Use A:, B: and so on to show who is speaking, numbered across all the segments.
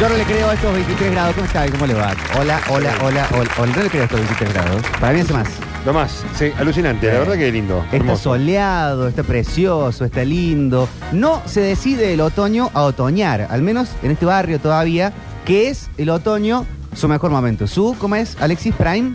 A: Yo no le creo a estos 23 grados. ¿Cómo está? ¿Cómo le va? Hola, hola, hola, hola. hola. No le creo a estos 23 grados. Para mí hace más.
B: Lo más, sí, alucinante,
A: Eh,
B: la verdad que lindo.
A: Está
B: hermoso.
A: soleado, está precioso, está lindo. No se decide el otoño a otoñar, al menos en este barrio todavía, que es el otoño su mejor momento. Su, ¿cómo es? Alexis Prime.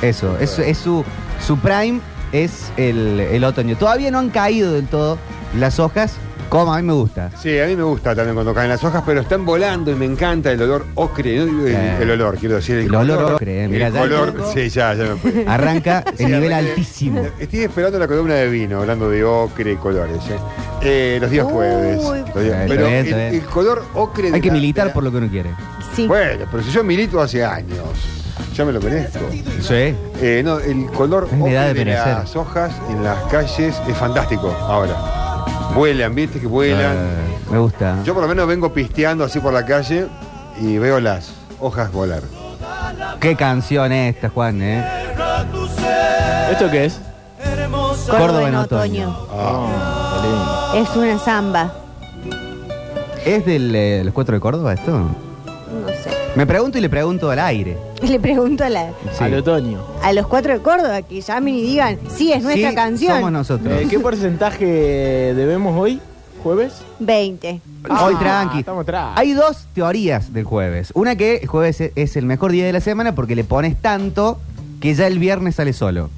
A: Eso, es, es su, su prime es el, el otoño. Todavía no han caído del todo las hojas, como a mí me gusta.
B: Sí, a mí me gusta también cuando caen las hojas, pero están volando y me encanta el olor ocre. no digo el,
A: Eh.
B: el olor, quiero decir. El,
A: El olor
B: color,
A: ocre, eh,
B: El
A: mirá, ya
B: color,
A: tengo.
B: sí, ya, ya me fui.
A: Arranca
B: Sí,
A: el nivel
B: arranqué.
A: altísimo.
B: Estoy esperando la columna de vino, hablando de ocre y colores. ¿eh? Eh, los días
C: Uy.
B: jueves. los días-
C: Está
A: bien,
B: pero
A: está bien,
B: el,
A: está bien.
B: el color ocre. de
A: Hay que
B: la-
A: militar
B: de la-
A: por lo que uno quiere.
C: Sí.
B: Bueno, pero si yo milito hace años, ya me lo merezco.
A: Sí.
B: Eh, no, el color
A: Es la edad
B: ocre
A: de
B: de
A: perecer.
B: las hojas en las calles es fantástico ahora. Vuelan, viste que vuelan.
A: Eh, me gusta.
B: Yo por lo menos vengo pisteando así por la calle y veo las hojas volar.
A: Qué canción esta, Juan, ¿eh?
D: ¿Esto qué es?
A: Córdoba, en otoño.
D: Ah,
C: Es una samba.
A: ¿Es del, eh, los cuatro de Córdoba esto?
C: No sé.
A: Me pregunto y le pregunto al aire.
C: Le pregunto a, la-
D: qué lindo.
A: Sí.
D: Al otoño.
C: a los cuatro de Córdoba que llamen y digan, sí, es nuestra
A: Sí,
C: canción.
A: Somos nosotros.
D: Eh, ¿Qué porcentaje debemos hoy? ¿Jueves?
C: 20.
A: Hoy
D: Ah,
A: tranqui.
D: estamos atrás.
A: Hay dos teorías del jueves. Una que el jueves e- es el mejor día de la semana porque le pones tanto que ya el viernes sale solo.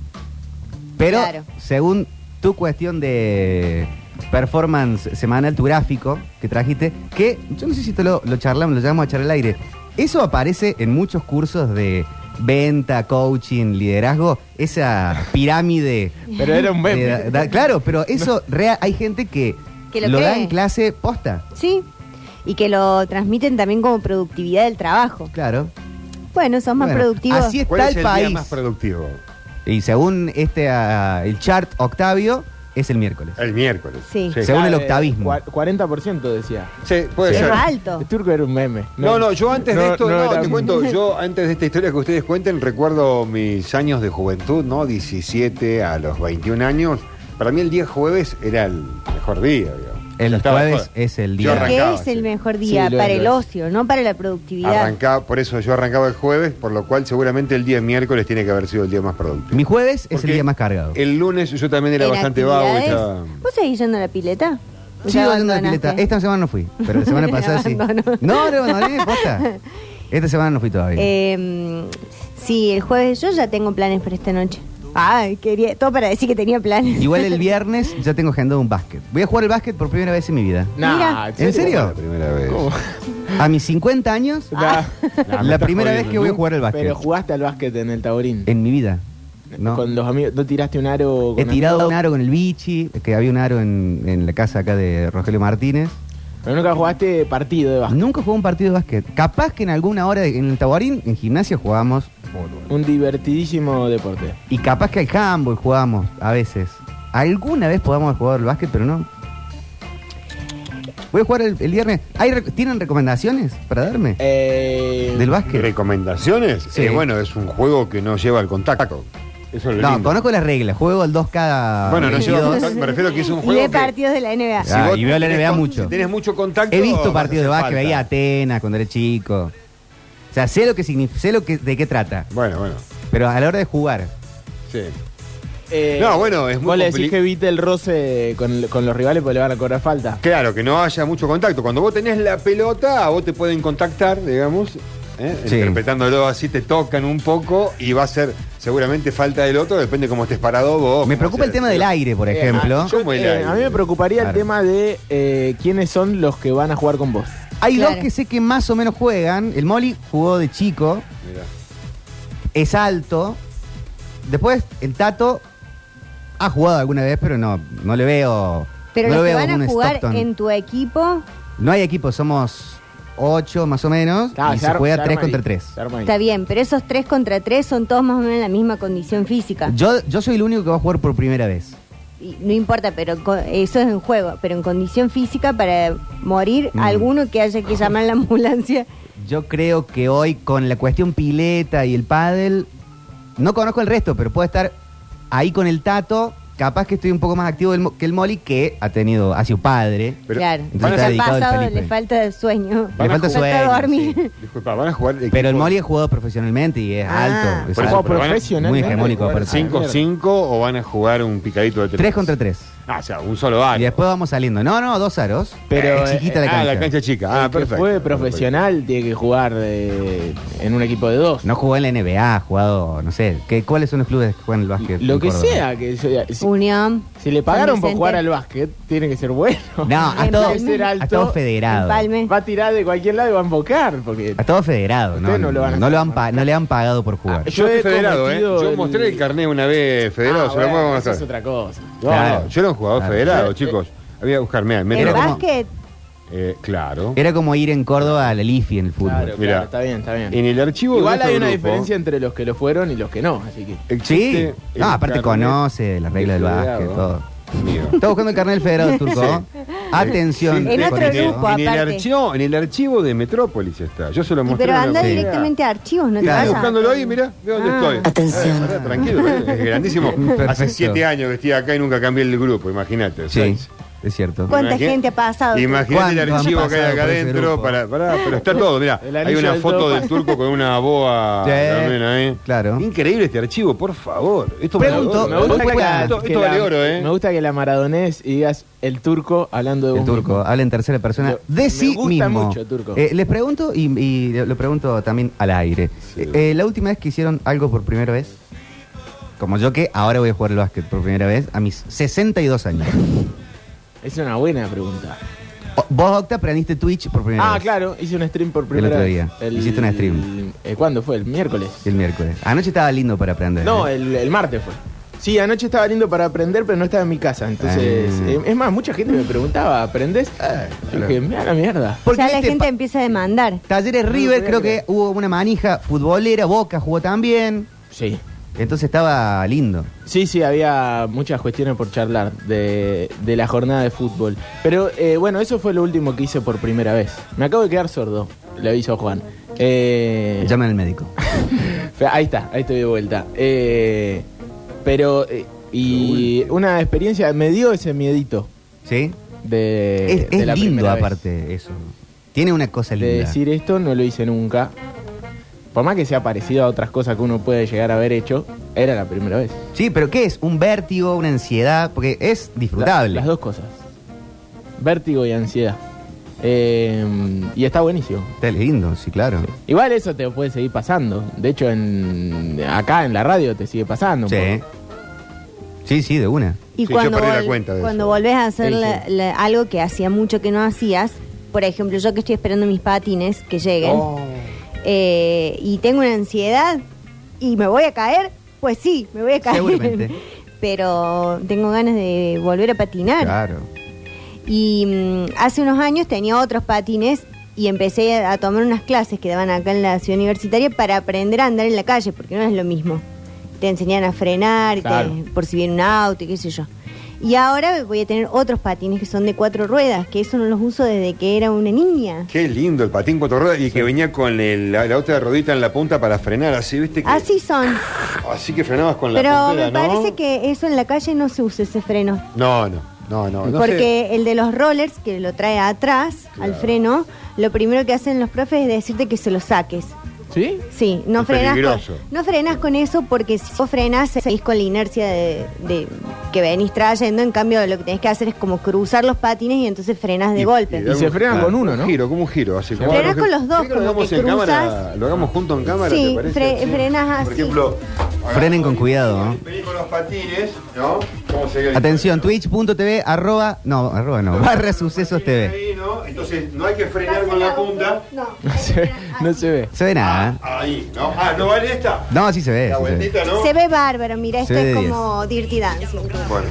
A: Pero
C: Claro.
A: según tu cuestión de performance semanal, tu gráfico que trajiste, que yo no sé si te lo, lo charlamos, lo llamamos a echar al aire. Eso aparece en muchos cursos de venta, coaching, liderazgo, esa pirámide.
D: Pero era un meme.
A: de- Eh, da- claro, pero eso real, hay gente que,
C: Que lo
A: da
C: cree.
A: en clase posta.
C: Sí. Y que lo transmiten también como productividad del trabajo.
A: Claro.
C: Bueno, son más
A: Bueno,
C: productivos.
A: Así
B: ¿Cuál
A: está
B: es
A: el,
B: el día
A: país.
B: más productivo?
A: y según este ah, el chart Octavio, es el miércoles.
B: El miércoles.
C: Sí.
B: Sí,
A: Según el
D: Ah, eh,
A: octavismo.
D: cua- 40% decía.
B: Sí, puede
C: Es
B: ser.
C: alto.
D: El turco era un meme.
B: No, no, yo antes de
D: No,
B: esto,
D: no
B: no,
D: era
B: te
D: un-
B: cuento, yo antes de esta historia que ustedes cuenten, recuerdo mis años de juventud, ¿no? 17 a los 21 años. Para mí el día jueves era el mejor día, digamos.
A: El
B: Ya estaba
A: jueves
B: joven.
A: es el
B: Yo
A: día.
C: Que
B: arrancaba,
C: es el
B: sí.
C: mejor
D: Sí,
C: día
D: lo es,
C: para el
D: lo es.
C: ocio, no para la productividad.
B: Arrancaba, por eso yo arrancaba el jueves, por lo cual seguramente el día miércoles tiene que haber sido el día más productivo.
A: Mi jueves es el
B: Porque
A: día más cargado.
B: El lunes yo también era
C: En
B: bastante vago. y
C: actividades.
B: estaba-
C: ¿Vos seguís yendo a la pileta? ¿O
A: Sigo
C: ya
A: yendo a la pileta.
C: abandonaste?
A: Esta semana no fui, pero la semana pasada sí.
C: Abandonó.
A: No, no abandoné, posta. Esta semana no fui todavía.
C: Eh, sí, el jueves yo ya tengo planes para esta noche. Ay, quería. Todo para decir que tenía planes.
A: Igual el viernes ya tengo agendado un básquet. Voy a jugar el básquet por primera vez en mi vida.
D: Nah,
C: Mira.
A: ¿En serio?
B: La primera vez.
D: ¿Cómo?
A: A mis 50 años,
D: Nah.
B: Nah, me
A: la
B: estás
A: primera vez
B: jodiendo.
A: que voy a jugar el básquet.
D: Pero jugaste al básquet en el Taurín.
A: En mi vida. No.
D: Con los amigos. ¿No tiraste un aro?
A: He
D: con
A: tirado un
D: amigos?
A: aro con el bichi, que había un aro en, en la casa acá de Rogelio Martínez.
D: Pero nunca jugaste partido de básquet.
A: Nunca jugué un partido de básquet. Capaz que en alguna hora de- en el Taborín, en gimnasia jugábamos fútbol.
D: Un divertidísimo deporte.
A: Y capaz que al handball jugábamos a veces. Alguna vez podamos jugar al básquet, pero no. Voy a jugar el, el viernes. ¿Hay re- ¿Tienen recomendaciones para darme?
D: Eh,
A: ¿Del básquet?
B: ¿Recomendaciones?
A: Sí.
B: Eh, bueno, es un juego que no lleva al contacto. Eso es lo
A: No,
B: lindo.
A: conozco las reglas. Juego al 2 cada.
B: Bueno, no lleva
A: 22.
B: contacto. Me refiero que es un
C: Y
B: juego.
C: de
B: que
C: partidos de la NBA.
A: Ah, y veo la
B: tenés
A: NBA
B: con-
A: mucho.
B: Si tenés mucho contacto.
A: He visto
B: vas a
A: partidos de
B: hacer
A: básquet.
B: falta.
A: Veía Atenas cuando era chico. O sea, sé lo que signif- sé lo que, de qué trata.
B: Bueno, bueno.
A: Pero a la hora de jugar.
B: Sí.
D: eh,
B: No, bueno, es muy
D: Vos le decís
B: compli-
D: que evite el roce con, con los rivales porque le van a cobrar falta.
B: Claro, que no haya mucho contacto. Cuando vos tenés la pelota, a vos te pueden contactar, digamos. ¿eh?
A: Sí.
B: Interpretándolo así, te tocan un poco y va a ser seguramente falta del otro, depende cómo estés parado vos.
A: Me
B: cómo
A: preocupa el
B: seas.
A: tema del aire, por
D: Eh,
A: ejemplo.
D: ah, yo,
B: ¿Cómo el
D: eh,
B: aire?
D: a mí me preocuparía el
A: Claro.
D: tema de eh, quiénes son los que van a jugar con vos.
A: Hay
C: Claro.
A: dos que sé que más o menos juegan. El Molly jugó de chico,
B: Mirá.
A: es alto. Después el Tato ha jugado alguna vez, pero no, no le veo.
C: Pero
A: no
C: los
A: lo
C: que
A: veo
C: van
A: como
C: a
A: un
C: jugar
A: Stockton.
C: en tu equipo,
A: No hay equipo, somos ocho más o menos.
D: Ah,
A: y se
D: ar-
A: juega
D: arma
A: tres
D: ahí,
A: contra tres.
D: se arma ahí.
C: está bien, pero esos tres contra tres son todos más o menos en la misma condición física.
A: Yo, yo soy el único que va a jugar por primera vez.
C: Y no importa, pero co- eso es en juego. Pero en condición física, para morir,
A: Mm.
C: alguno que haya que llamar a la ambulancia.
A: Yo creo que hoy con la cuestión pileta y el pádel, no conozco el resto, pero puedo estar ahí con el Tato, capaz que estoy un poco más activo del mo- que el Molly, que ha tenido, ha sido padre.
B: Pero-
C: claro.
A: Entonces
B: Van a-
A: está
C: el
A: dedicado al
C: pasado
A: Felipe.
C: le falta el sueño.
B: Van a
A: falta
B: jugar-
A: sueño,
C: dormir.
B: Sí, Disculpa, van a jugar.
A: Pero el
B: equipos
A: Molly ha jugado profesionalmente y es
C: Ah.
A: alto. es
B: Por
A: alto.
B: eso, pero van a-
D: profesional.
A: muy hegemónico,
D: para
A: aparte.
B: 5 5 o van a jugar un picadito de tres.
A: Tres contra tres.
B: Ah, o sea, un solo aro.
A: Y después vamos saliendo. No, no, dos aros.
D: Pero,
A: Es chiquita
D: eh,
A: la
B: ah,
A: cancha.
B: la cancha chica. Ah,
D: que
B: perfecto.
D: fue profesional tiene que jugar eh, en un equipo de dos.
A: No jugó en la NBA, ha jugado, no sé. ¿qué, ¿Cuáles son los clubes que juegan el básquet?
D: Lo
A: en
D: que
A: Córdoba?
D: sea, que sea- si,
C: Unión.
D: si le pagaron
C: San
D: por
C: Vicente.
D: jugar al básquet, tiene que ser bueno.
A: No, a
C: En
A: todo,
C: Palme.
A: a todo federado.
C: En Palme.
D: Va a tirar de cualquier lado y va a invocar. Porque
A: A todo federado, ¿no?
D: Ustedes no lo van a
A: no, lo han
D: hacer.
A: pa- no le han pagado por jugar.
D: Ah,
B: Yo, estoy
D: Yo he
B: federado, ¿eh?
D: cometido
B: Yo
D: el-
B: mostré el carnet una vez federado,
D: Ah,
B: se lo
D: bueno,
B: podemos
D: eso es
B: hacer.
D: otra cosa.
B: No,
A: Claro.
B: yo era un jugador
A: Claro.
B: federado, chicos. Había que buscarme al
C: El
A: Era
B: metro.
A: como-
C: básquet.
B: Eh, claro.
A: Era como ir en Córdoba a la Lifi en el fútbol.
D: Claro,
B: Mirá.
D: claro, está bien, está bien.
B: En el archivo. de
D: Igual
B: nuestro
D: hay una
B: grupo
D: diferencia entre los que lo fueron y los que no, así que.
A: Sí.
B: existe el
A: No, aparte
B: carnet
A: conoce las reglas del
B: de
A: básquet,
B: federado.
A: todo.
B: Mío.
A: Está buscando el carnet del federado turco. Atención.
C: En
A: con
C: otro
A: eso.
C: grupo,
B: en, el
C: aparte.
B: archivo, en el archivo de Metrópolis está. Yo se lo
C: Y
B: mostré.
C: Pero
B: a una
C: andás
B: amiga.
C: directamente a archivos, ¿no te
A: Claro.
B: Estoy
C: vas a-
B: buscándolo ahí, mirá, ve dónde
C: Ah.
B: estoy.
E: Atención.
B: Ah, pará, tranquilo, pará, es grandísimo. Hace
A: Perfecto.
B: siete años que estoy acá y nunca cambié el grupo, imagínate. o sea,
A: Sí,
B: es-
A: es cierto.
C: ¿Cuánta
B: Imagina-
C: gente ha pasado?
B: Imagínate el
A: ¿Cuánto han
B: archivo que hay
A: pasado
B: acá
A: por ese
B: adentro.
A: grupo?
B: Para, para, pero está todo, mirá.
D: El
B: Hay
D: anillo
B: una
D: del
B: foto
D: topa.
B: del turco con una boa
A: Sí,
B: también ahí.
A: claro.
B: Increíble este archivo, por favor. Esto
A: Pregunto,
B: vale oro,
A: me
B: ¿eh?
A: gusta
B: Esto-
A: que la-
B: esto,
D: que
B: esto vale
D: la-
B: oro, ¿eh?
D: Me gusta que la maradonés y digas el turco hablando de
A: El
D: vos
A: turco
D: mismo.
A: habla en tercera persona
D: Lo-
A: de
D: me
A: sí
D: gusta
A: mismo.
D: mucho, turco.
A: Eh, les pregunto y, y lo pregunto también al aire.
B: Sí.
A: Eh, eh, la última vez que hicieron algo por primera vez, como yo que ahora voy a jugar al básquet por primera vez a mis 62 años.
D: Es una buena pregunta.
A: O- Vos, Octa, aprendiste Twitch por primera
D: Ah,
A: vez.
D: claro, hice un stream por primera
A: otro
D: vez.
A: día. Hiciste un stream.
D: eh, ¿Cuándo fue? ¿El miércoles?
A: El miércoles. Anoche estaba lindo para aprender.
D: No,
A: ¿eh?
D: el, el martes fue. Sí, anoche estaba lindo para aprender, pero no estaba en mi casa. Entonces,
A: Ah.
D: eh, es más, mucha gente me preguntaba, ¿aprendés? Yo dije, mira la mierda.
A: Porque
C: ya la
A: viste,
C: gente
A: pa-
C: empieza a demandar.
A: Talleres
D: No lo
A: River,
D: podía
A: creo
D: creer.
A: que hubo una manija futbolera, Boca jugó también.
D: Sí.
A: Entonces estaba lindo.
D: Sí, sí, había muchas cuestiones por charlar de, de la jornada de fútbol. Pero eh, bueno, eso fue lo último que hice por primera vez. Me acabo de quedar sordo, le aviso a Juan. Eh,
A: Llamen al médico.
D: Fe- Ahí está, ahí estoy de vuelta. Eh, pero, eh, y una experiencia, me dio ese miedito
A: ¿Sí?
D: de,
A: es
D: Eh, de
A: es
D: la
A: lindo
D: primera vez.
A: aparte eso. Tiene una cosa linda.
D: De decir esto no lo hice nunca. Por más que sea parecido a otras cosas que uno puede llegar a haber hecho, era la primera vez.
A: Sí, pero ¿qué es? ¿Un vértigo, una ansiedad? Porque es disfrutable.
D: La- las dos cosas. Vértigo y ansiedad. Eh, y está buenísimo.
A: Está lindo, sí, claro.
D: Igual eso te puede seguir pasando. De hecho, en, acá en la radio te sigue pasando. un
A: Sí.
D: poco.
A: Sí, sí, de una.
C: Y
B: Sí,
C: cuando,
B: yo perdí la
C: vol-
B: cuenta de
C: cuando
B: eso.
C: volvés a hacer
D: Sí, sí.
C: la- la- algo que hacía mucho que no hacías, por ejemplo, yo que estoy esperando mis patines que lleguen
B: Oh.
C: eh, y tengo una ansiedad y me voy a caer, pues sí, me voy a caer.
A: Seguramente.
C: Pero tengo ganas de volver a patinar.
A: Claro.
C: Y mm, hace unos años tenía otros patines y empecé a, a tomar unas clases que daban acá en la ciudad universitaria para aprender a andar en la calle, porque no es lo mismo. Te enseñan a frenar, y te-
D: Claro.
C: por si viene un auto y qué sé yo. Y ahora voy a tener otros patines que son de cuatro ruedas, que eso no los uso desde que era una niña.
B: Qué lindo el patín cuatro ruedas y que venía con el- la, la otra rodita en la punta para frenar, así, ¿viste? Que,
C: Así son.
B: así que frenabas con la
C: Ah, Pero
B: puntera,
C: me
B: ¿no?
C: parece que eso en la calle no se usa ese freno.
B: No, no, no, no. no sé.
C: Porque el de los rollers, que lo trae atrás, al freno, lo primero que hacen los profes es decirte que se lo saques.
D: ¿Sí?
C: Sí, no
B: Es
C: frenas,
B: peligroso.
C: con, no frenas con eso porque si vos frenas seguís con la inercia de, de- que venís trayendo, en cambio lo que tenés que hacer es como cruzar los patines y entonces frenas de
B: Y-
C: golpe.
B: y da
D: Y se
B: un-
D: frenan con uno, ¿no?
B: Un giro, como un giro. Así, como-
C: Frenas con los dos,
B: ¿Querés que lo
C: como
B: hagamos
C: que
B: en
C: cruzas.
B: cámara? ¿Lo hagamos junto en cámara?
C: Sí,
B: ¿te parece?
C: fre- frenas
B: Por
C: así.
B: ejemplo,
A: Frenen con cuidado, ¿no?
B: ¿no? con los patines, ¿no? ¿Cómo sería el-
A: Atención, twitch.tv arroba, no, arroba no, barra sucesos TV.
B: Ahí, ¿no? Entonces, no hay que frenar con la punta.
C: No,
D: No se, no se ve.
A: Se ve nada. ¿eh?
B: Ahí, ¿no? Ah, ¿no vale esta?
A: No, sí se ve.
B: La
A: sí se ve.
B: vueltita, ¿no?
C: Se ve bárbaro, mira,
A: Se
C: esto
A: ve
C: es
A: de
C: como Dirty Dancing.
B: Bueno,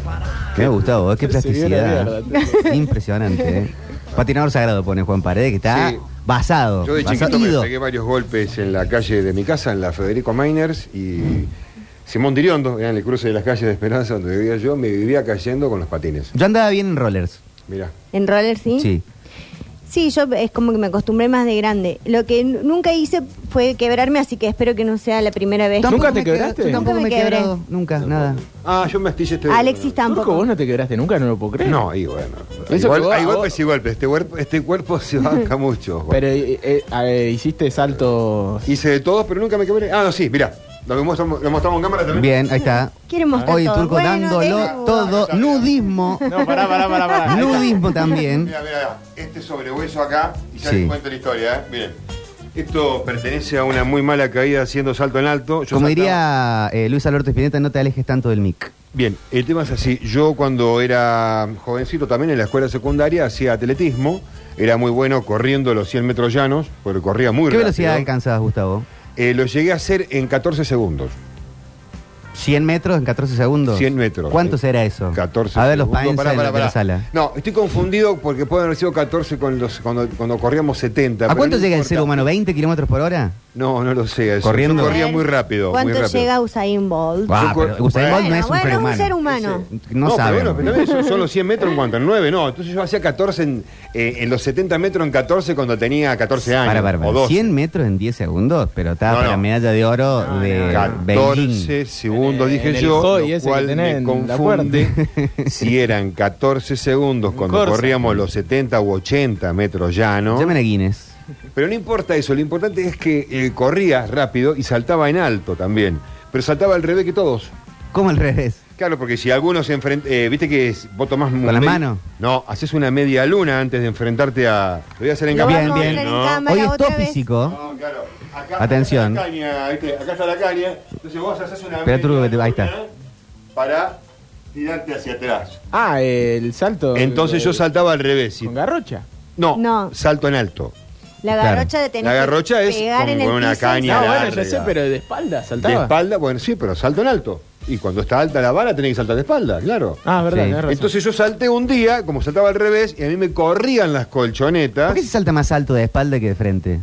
A: Me ha gustado, ¿eh? qué
D: Se vio la
A: plasticidad. Impresionante, ¿eh? Patinador sagrado pone Juan Paredes, que está
B: Sí.
A: basado.
B: yo de
A: basado,
B: chiquito me
A: ido.
B: pegué varios golpes en la calle de mi casa, en la Federico Miners y Simón Diriondo, era en el cruce de las calles de Esperanza donde vivía yo, me vivía cayendo con los patines.
A: Yo andaba bien en rollers.
B: Mirá.
C: ¿En roller sí?
A: Sí.
C: Sí, yo es como que me acostumbré más de grande. Lo que n- nunca hice fue quebrarme, así que espero que no sea la primera vez.
D: Tampoco. ¿Nunca te
A: me quedé-
D: quebraste?
A: Yo tampoco
C: Nunca
A: me
C: me
A: he
C: quebré.
A: quebrado. Nunca, nada.
B: Ah, yo me astillé este.
C: Alexis
D: Turco,
C: tampoco.
D: vos no te quebraste nunca, no lo puedo creer.
B: No, y bueno.
D: Eh. Eso
B: Igual-
D: que vos-
B: hay
D: a
B: golpes
D: vos-
B: y golpes. Este cuerpo, este cuerpo se banca mucho. Juan.
D: Pero eh, eh, a ver, hiciste saltos.
B: Hice de todos, pero nunca me quebré. Ah, no, sí, mirá. Lo que mostramos, lo mostramos en cámara también.
A: Bien, ahí está.
C: Quiere mostrar
A: Hoy
C: todo.
A: Turco
C: Bueno,
A: dándolo
C: déjalo.
A: todo. Nudismo.
D: No, pará, pará, pará, pará.
A: Nudismo también.
B: Mira, mira, este sobrehueso acá, y ya
A: Sí.
B: les cuento la historia, ¿eh? Miren. Esto pertenece a una muy mala caída haciendo salto en alto. Yo
A: Como diría
B: saltaba-
A: eh, Luis Alberto Espineta, no te alejes tanto del mic.
B: Bien, el tema es así. Yo cuando era jovencito también en la escuela secundaria hacía atletismo. Era muy bueno corriendo los 100 metros llanos, porque corría muy
A: ¿Qué
B: rápido.
A: velocidad alcanzabas, Gustavo?
B: Eh, lo llegué a hacer en 14 segundos.
A: 100 metros en 14 segundos.
B: 100 metros.
A: ¿Cuánto
B: Eh,
A: será eso?
B: 14
A: A ver los
B: segundos.
A: países
B: Pará,
A: de
B: pará,
A: la- de
B: pará.
A: la sala.
B: No, estoy confundido porque pueden haber sido 14 con los, cuando, cuando corríamos 70.
A: ¿A
B: pero
A: cuánto
B: no
A: llega el
B: importa.
A: ser humano? ¿20 kilómetros por hora?
B: No, no lo sé. eso.
A: Corriendo.
B: Yo corría muy rápido.
C: ¿Cuánto
B: muy rápido.
C: llega Usain Bolt?
A: Ah,
B: cor-
A: pero Usain
B: Bueno,
A: Bolt no es un
C: bueno,
A: ser
C: es un
A: humano.
C: ser humano.
A: No,
B: pero
A: sabe.
B: bueno, pero también son, son los 100 metros en cuanto, en 9, no. Entonces yo hacía 14 en, eh, en los 70 metros en 14 cuando tenía 14 años.
A: Para, para, para.
B: o 12.
A: 100 metros en 10 segundos, pero está
B: No,
A: para
B: no.
A: medalla de oro
D: No,
A: de
D: no, no.
A: Beijing.
B: 14 segundos,
D: En el- en
B: dije
D: el
B: yo,
D: hobby
B: lo
D: ese que
B: cual
D: tenés
B: me
D: en la
B: confunde si eran 14 segundos cuando
D: Corsa.
B: corríamos los 70 u 80 metros llanos.
A: Llamen a Guinness.
B: Pero no importa eso, lo importante es que eh, corrías rápido y saltaba en alto también. Pero saltaba al revés que todos.
A: ¿Cómo al revés?
B: Claro, porque si algunos se enfrentan, viste que es- vos tomás un
A: la
B: medi-
A: mano?
B: No, haces una media luna antes de enfrentarte a. Lo voy a hacer en
C: Lo
B: cámara.
A: vamos a
B: Bien,
A: hacer
C: en
B: ¿no?
C: cámara.
A: Hoy es
C: Ah, otra
A: todo
C: vez.
A: físico.
B: No, claro. Acá-
A: Atención.
B: Acá está la caña, ¿viste? Acá está la caña. Entonces vos haces una
A: Espera, Turco, que te- ahí está.
B: luna Para tirarte hacia atrás.
D: Ah, el salto.
B: Entonces yo
D: salto
B: saltaba al revés. y-
D: Con garrocha.
B: No,
C: No.
B: salto en alto.
C: La
A: Claro.
C: garrocha de tener
B: La garrocha es con- con una caña.
D: No,
B: larga.
D: Ah, bueno, ya sé, pero de espalda saltaba.
B: De espalda, bueno, sí, pero salto en alto. Y cuando está alta la vara, tenés que saltar de espalda, claro.
D: Ah, es verdad,
A: Sí.
D: tenés razón.
B: Entonces yo salté un día, como saltaba al revés, y a mí me corrían las colchonetas.
A: ¿Por qué se salta más alto de espalda que de frente?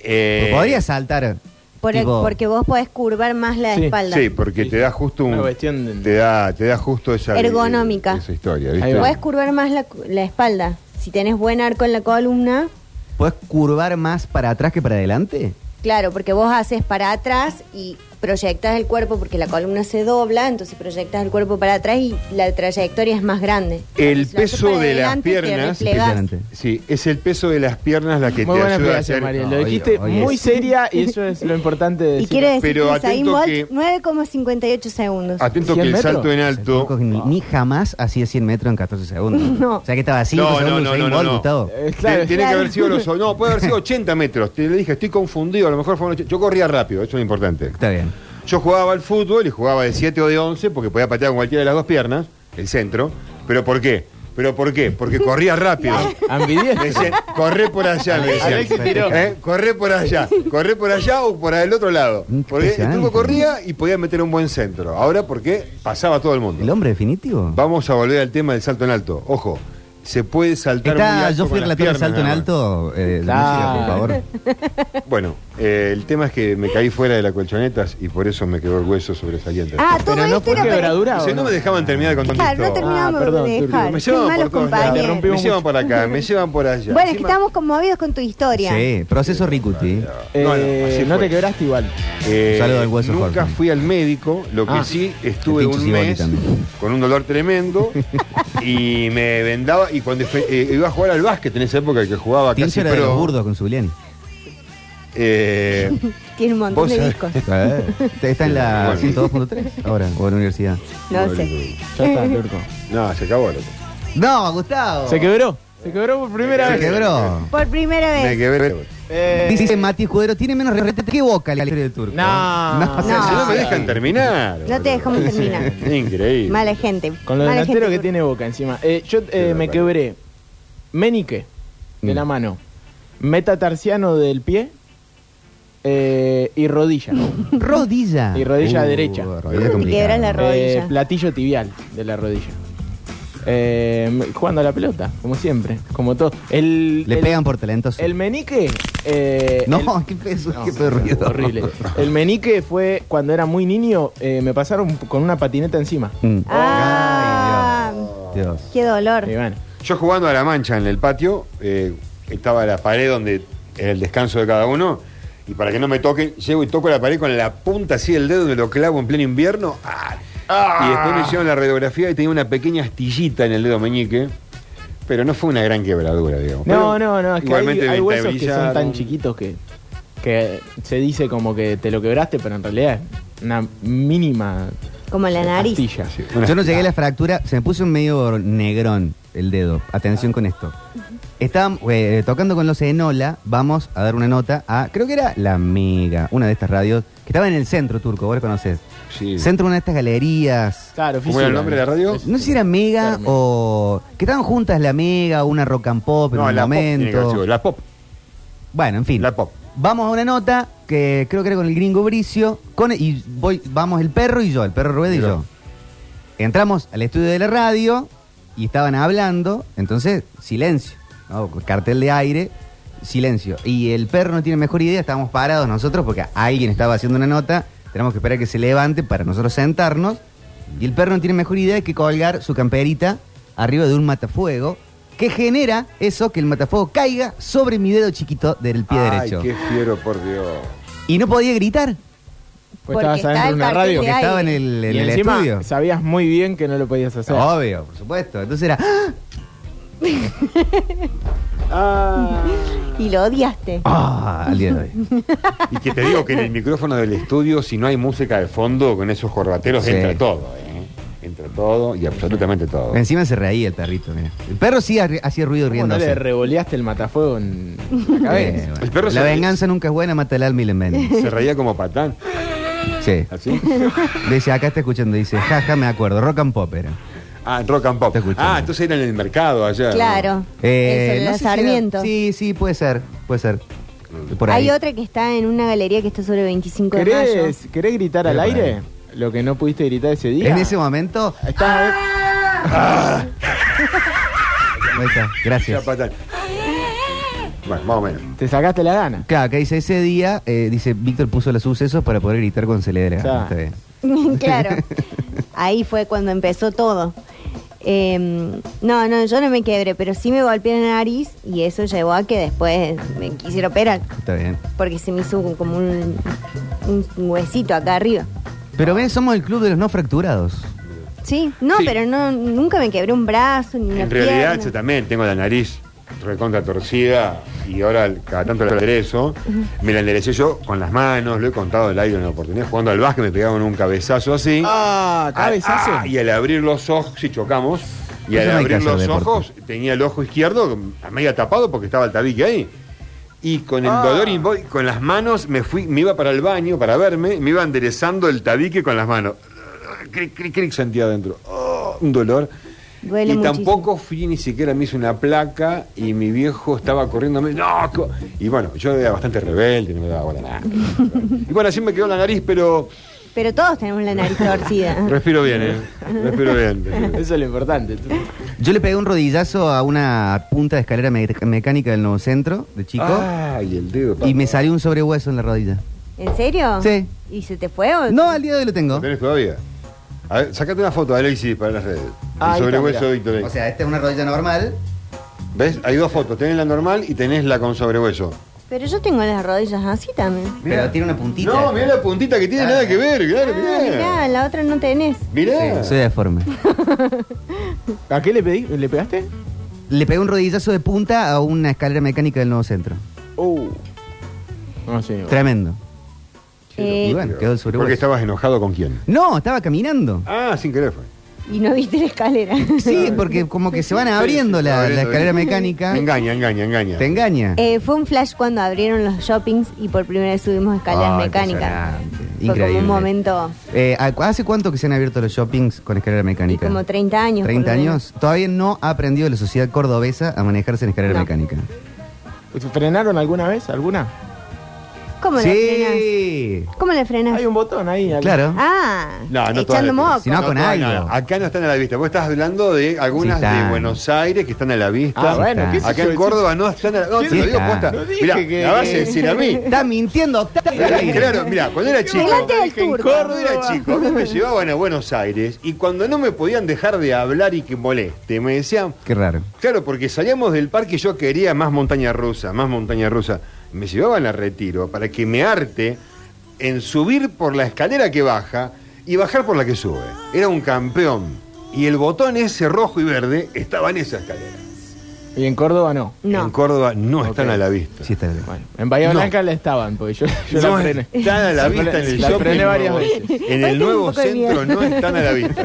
B: Eh,
A: Podría saltar.
C: Por el-
A: tipo,
C: porque vos podés curvar más la
D: Sí.
C: espalda.
B: Sí, porque te da justo un.
D: Una cuestión de-
B: Te, da, te da justo esa.
C: Ergonómica.
B: Esa historia,
D: Ahí
B: ¿viste?
D: va.
C: Podés curvar más la, la espalda. Si tenés buen arco en la columna,
A: ¿Puedes curvar más para atrás que para adelante?
C: claro, porque vos haces para atrás y proyectas el cuerpo porque la columna se dobla, entonces proyectas el cuerpo para atrás y la trayectoria es más grande.
B: El
C: Si lo haces
B: peso
C: para
B: de las
C: adelante, te
B: piernas-
C: replegás.
A: Impresionante.
B: Sí, es el peso de las piernas la que
D: Muy
B: te
D: buena
B: ayuda a
D: explicación,
B: hacer.
D: María.
A: No,
D: Lo
A: hoy-
D: dijiste
A: hoy
D: muy
A: es-
D: seria y eso es lo importante de
C: Y
D: decir.
C: quiere decir
B: Pero
C: que Usain
B: atento
C: Bolt,
B: que- Ah,
C: 9,58 segundos.
B: Atento que
D: 100
B: el
D: metros.
B: salto en
A: Turco
B: alto. Ah.
A: que ni, ni jamás hacía 100 metros en 14 segundos.
C: No.
A: O sea que estaba 5
B: No, no,
A: segundos
B: no,
A: Usain
B: no,
A: Bolt,
B: no.
A: Gustavo.
D: Eh,
B: Te-
D: claro.
B: Tiene que
C: Claro.
B: haber sido los. No, puede haber sido 80 metros. Te le dije, estoy confundido. A lo mejor fueron 80. Yo corría rápido, eso es lo importante.
A: Está bien.
B: Yo jugaba al fútbol y jugaba de 7 o de 11 porque podía patear con cualquiera de las dos piernas, el centro. ¿Pero por qué? ¿Pero por qué? Porque corría rápido. Me
D: Ambidiestro.
B: decían, corré por allá, me
D: Alexis
B: decían.
D: tiró.
B: ¿Eh? Corré por allá, corré por allá o por el otro lado.
A: Mm,
B: Porque el
A: Impresionante.
B: turco corría y podía meter un buen centro. Ahora, porque pasaba todo el mundo.
A: ¿El hombre definitivo?
B: Vamos a volver al tema del salto en alto. Ojo, se puede saltar muy
A: Está,
B: alto
A: yo fui
B: con las
A: relator de
B: piernas,
A: salto en
B: nada más.
A: alto. eh, de
D: Claro.
A: música, por favor.
B: Bueno, eh, el tema es que me caí fuera de las colchonetas y por eso me quedó el hueso sobresaliente.
C: Ah, todo
D: Pero no
C: esto
D: fue
C: era para-
D: quebradura. ¿o
B: Dice, no me dejaban terminar con
C: Claro, no terminamos
D: Ah, perdón,
C: de
D: Turco.
C: dejar.
B: Me
C: Qué
B: llevan
C: malos
B: por todos lados.
C: compañeros.
D: Te rompí
B: Me
D: mucho.
B: llevan por acá, me llevan por allá.
C: Bueno, es que
B: Encima-
C: estamos conmovidos con tu historia.
A: Sí, proceso Ricuti.
D: Eh,
B: No, no, así
D: no
B: fue.
D: te quebraste igual.
B: Eh,
A: Saludo al hueso,
B: nunca
A: Jorge.
B: fui al médico, lo que
D: Ah.
B: sí estuve
A: El pinche
B: un
A: Ciboli
B: mes
A: también.
B: con un dolor tremendo y me vendaba y cuando fue- eh, iba a jugar al básquet en esa época que jugaba
A: Tincho
B: casi
A: era de
B: pro,
A: los burdos con Zuliani.
B: eh,
C: Tiene un montón
B: Vos
C: de
B: sabés-
C: discos.
A: Eh, Está en la
B: Bueno.
A: 102.3 ahora, o en la universidad.
C: No sé.
D: Ya está, Turco.
B: no, se acabó loco.
A: No, Gustavo.
D: Se quebró. Se quebró por primera
A: Se
D: vez.
A: quebró.
C: Por primera
B: Me
C: vez.
B: quedé-
D: Eh,
A: Dice Mati Escudero, tiene menos rete que boca la historia del turco. eh.
D: No.
A: no, o sea,
C: No.
B: Si no me
C: sí.
B: dejan terminar.
C: No te dejamos terminar.
B: Increíble.
C: Mala gente.
D: Con lo
C: Mala
D: delantero
C: gente,
D: que
C: Turco.
D: tiene Boca encima. Eh, yo eh, me
B: barbaridad.
D: quebré menique de
A: Mm.
D: la mano, metatarsiano del pie eh, y rodilla.
A: Rodilla. Uh,
D: Y rodilla derecha.
A: rodilla
C: Te
A: complicada.
C: quebras la
D: Eh,
C: rodilla.
D: platillo tibial de la rodilla. Eh, m- jugando a la pelota, como siempre, como todo. El,
A: Le
D: el-
A: pegan por talentoso.
D: El menique. eh,
A: no,
D: el-
A: qué peso,
D: no,
A: qué pedo ruido.
D: horrible. El menique fue cuando era muy niño, eh, me pasaron con una patineta encima.
A: Mm.
C: Ah,
A: Dios.
D: Ah.
C: qué dolor.
D: Y bueno,
B: Yo jugando a la mancha en el patio, eh, estaba la pared donde era el descanso de cada uno. Y para que no me toquen, llego y toco la pared con la punta así del dedo, me lo clavo en pleno invierno. ¡Ah! Y después
A: Ah.
B: me hicieron la radiografía y tenía una pequeña astillita en el dedo meñique. Pero no fue una gran quebradura, digamos.
D: No,
B: Pero
D: no, no, es que hay,
B: igualmente
D: hay huesos que son
B: ventabrillaron.
D: tan chiquitos que, que se dice como que te lo quebraste, pero en realidad es una mínima
C: Como la nariz.
D: astilla.
B: Sí, una-
A: Yo no llegué a la fractura, se me puso medio negrón el dedo. Atención con esto. Estábamos eh, tocando con los Enola, vamos a dar una nota a, creo que era La Mega, una de estas radios, que estaba en el centro turco, vos la conocés.
B: Sí.
A: Centro, una de estas galerías.
D: Claro,
B: ¿Cómo era el
D: fisura.
B: nombre de la radio?
A: No sé si era Mega
D: Claro,
A: o... Que estaban juntas La Mega, una rock and pop en
B: No,
A: un
B: la pop, tiene que haber
A: momento.
B: sido, la pop.
A: Bueno, en fin.
B: La pop.
A: Vamos a una nota que creo que era con el gringo Bricio. Con, y voy, vamos el perro y yo, el perro Rueda y
B: Mira.
A: yo. Entramos al estudio de la radio y estaban hablando, entonces silencio. ¿no? Cartel de aire, silencio. Y el perro no tiene mejor idea, estábamos parados nosotros porque alguien estaba haciendo una nota. Tenemos que esperar que se levante para nosotros sentarnos. Y el perro no tiene mejor idea que colgar su camperita arriba de un matafuego que genera eso, que el matafuego caiga sobre mi dedo chiquito del pie
B: Ay,
A: derecho.
B: qué fiero, por Dios.
A: Y no podía gritar.
D: Pues
C: Porque
D: estabas
C: está
D: adentro
C: el
D: de una
C: cartel
D: radio.
A: Porque
C: de aire.
A: estaba en el, en
D: y
A: el
D: encima
A: estudio.
D: sabías muy bien que no lo podías hacer.
A: Obvio, por supuesto. Entonces era. ¡ah!
D: Ah.
C: Y lo odiaste.
A: ¡Ah! Al día de hoy.
B: Y que te digo que en el micrófono del estudio, si no hay música de fondo, con esos corbateros
A: Sí.
B: entra todo, ¿eh? Entra todo y absolutamente todo.
A: Encima se reía el perrito, mira. El perro sí ha- hacía ruido
D: ¿Cómo no
A: riéndose.
D: le revoleaste el matafuego en la
A: Eh,
D: cabeza?
A: bueno.
B: El perro
A: la
B: se-
A: venganza nunca es buena, mata el alma y le envenena.
B: Se reía como patán,
A: Sí.
B: así.
A: Le dice, acá está escuchando. Dice, jaja, me acuerdo. Rock and pop era.
B: Ah, rock and pop.
A: Te escucho.
B: Ah, entonces era en el mercado allá. ¿no?
C: Claro.
A: Eh,
C: Eso,
A: no
C: la
A: sé si era-
C: Sarmiento.
A: sí, sí, puede ser. Puede ser. Por ahí.
C: Hay otra que está en una galería que está sobre 25 de mayo.
D: ¿Querés, querés gritar al
A: Pero para
D: aire lo que no pudiste gritar ese día?
A: En ese momento.
D: Estás- eh,
A: Ahí está,
B: Era
A: Gracias.
B: patán. Bueno, más o menos.
D: te sacaste la gana.
A: Claro, acá dice ese día, eh, dice Víctor puso los sucesos para poder gritar con celedra.
D: Claro.
A: Está bien.
C: claro. Ahí fue cuando empezó todo. Eh, no, no, yo no me quebré, pero sí me golpeé la nariz y eso llevó a que después me quisiera operar.
A: Está bien.
C: Porque se me hizo como un, un huesito acá arriba.
A: Pero ven, somos el club de los no fracturados.
C: Sí, no,
B: Sí.
C: pero no, nunca me quebré un brazo ni una
B: en realidad,
C: pierna.
B: yo también tengo la nariz recontra torcida y ahora cada tanto la enderezo. Me la enderecé yo con las manos, lo he contado el aire en la oportunidad. Jugando al básquet me pegaban un cabezazo así.
D: Ah, cabezazo.
B: Ah, y al abrir los ojos, sí chocamos, y
A: Eso
B: al
A: no hay que
B: abrir
A: hacer
B: los
A: deporte.
B: ojos tenía el ojo izquierdo a media tapado porque estaba el tabique ahí. Y con
A: Ah.
B: el dolor y voy- con las manos me fui, me iba para el baño para verme, me iba enderezando el tabique con las manos. Cric, cric, cric sentía adentro. Oh, un dolor.
C: Duele
B: y
C: muchísimo.
B: tampoco fui ni siquiera me hice una placa y mi viejo estaba corriéndome. No, co-". y bueno, yo era bastante rebelde, no me daba bola a nada. Y bueno, así me quedó la nariz, pero
C: Pero todos tenemos la nariz torcida.
B: respiro bien, eh. Respiro bien. respiro bien.
D: Eso es lo importante.
A: Yo le pegué un rodillazo a una punta de escalera me- mecánica del nuevo centro de chico
B: Ay, el dedo. papá.
A: y me salió un sobrehueso en la rodilla.
C: ¿En serio?
A: Sí.
C: ¿Y se te fue o
A: No, al día de hoy lo tengo.
B: ¿Lo tenés todavía? A ver, sacate una foto, Alexis, para las redes.
D: Ah, ahí
B: sobre
D: está,
B: hueso
D: mirá.
B: de Víctor X.
A: O sea, esta es una rodilla normal.
B: ¿Ves? Hay dos fotos. Tenés la normal y tenés la con sobrehueso.
C: Pero yo tengo las rodillas así también.
A: Pero tiene una puntita.
B: No, mirá la puntita que tiene
A: Ah.
B: nada que ver. Claro,
C: Ah, mirá,
B: mirá.
C: la otra no tenés.
B: Mirá.
A: Soy deforme.
D: ¿A qué le pedí? ¿Le pegaste?
A: Le pegué un rodillazo de punta a una escalera mecánica del nuevo centro.
D: Uh.
B: Oh,
D: No sé.
A: Tremendo.
C: Eh,
A: Y bueno, quedó el sobrehueso.
B: Porque estabas enojado con quién.
A: No, estaba caminando.
B: Ah, sin querer fue.
C: Eh, Y no viste la escalera.
A: Sí, porque como que se van
B: Sí,
A: abriendo
B: sí,
A: la,
B: abriendo,
A: la escalera
B: sí.
A: mecánica.
B: Engaña, engaña, engaña.
A: Te engaña.
C: Eh, fue un flash cuando abrieron los shoppings y por primera vez subimos escaleras
A: Ah,
C: mecánicas.
A: impresionante.
C: Fue como
A: Increíble.
C: un momento,
A: Eh, ¿a- ¿Hace cuánto que se han abierto los shoppings con escalera
C: y
A: mecánica?
C: como 30 años.
A: 30
C: por lo
A: años. Todavía no ha aprendido la sociedad cordobesa a manejarse en escalera
C: No.
A: mecánica.
D: ¿Frenaron alguna vez? ¿Alguna?
C: menos. ¿Cómo la frenas?
A: Sí.
C: ¿Cómo la frenas?
D: Hay un botón ahí. al-
A: Claro.
C: Ah,
B: No, no todas
C: echando
B: las-
C: moco.
A: Si no, con
B: todas,
A: algo.
B: Acá no están a la vista. Vos estás hablando de algunas
A: Sí, están.
B: de Buenos Aires que están a la vista.
D: Ah, bueno, ¿qué sé
B: Acá
D: yo?
B: en Córdoba no están a la No, te lo digo
A: está.
B: posta.
D: No dije
B: Mirá,
D: que-
B: la vas a decir a mí.
A: Está mintiendo, Octavio.
B: Claro, mira, cuando era chico,
C: Delante del
D: Dije en
C: turco.
D: Córdoba.
B: cuando era chico, a mí me llevaban a Buenos Aires y cuando no me podían dejar de hablar y que moleste, me decían,
A: Qué raro.
B: Claro, porque salíamos del parque y yo quería más montaña rusa, más montaña rusa. Me llevaban a retiro para que me arte en subir por la escalera que baja y bajar por la que sube. Era un campeón. Y el botón ese rojo y verde estaba en esa escalera.
D: Y en Córdoba no.
B: En
C: No.
B: Córdoba no están
D: Ok.
B: a la vista.
A: Sí, está bien.
D: Bueno, en Bahía
B: No.
D: Blanca la estaban, porque yo, yo
B: no
D: la frené.
B: están a la
D: La
B: vista en
D: frené-
B: el
D: la
B: shopping.
D: frené varias
B: nuevo.
D: veces.
B: En
C: Ay,
B: el
C: tengo un
B: nuevo
C: poco de
B: centro
C: miedo.
B: no están a la vista.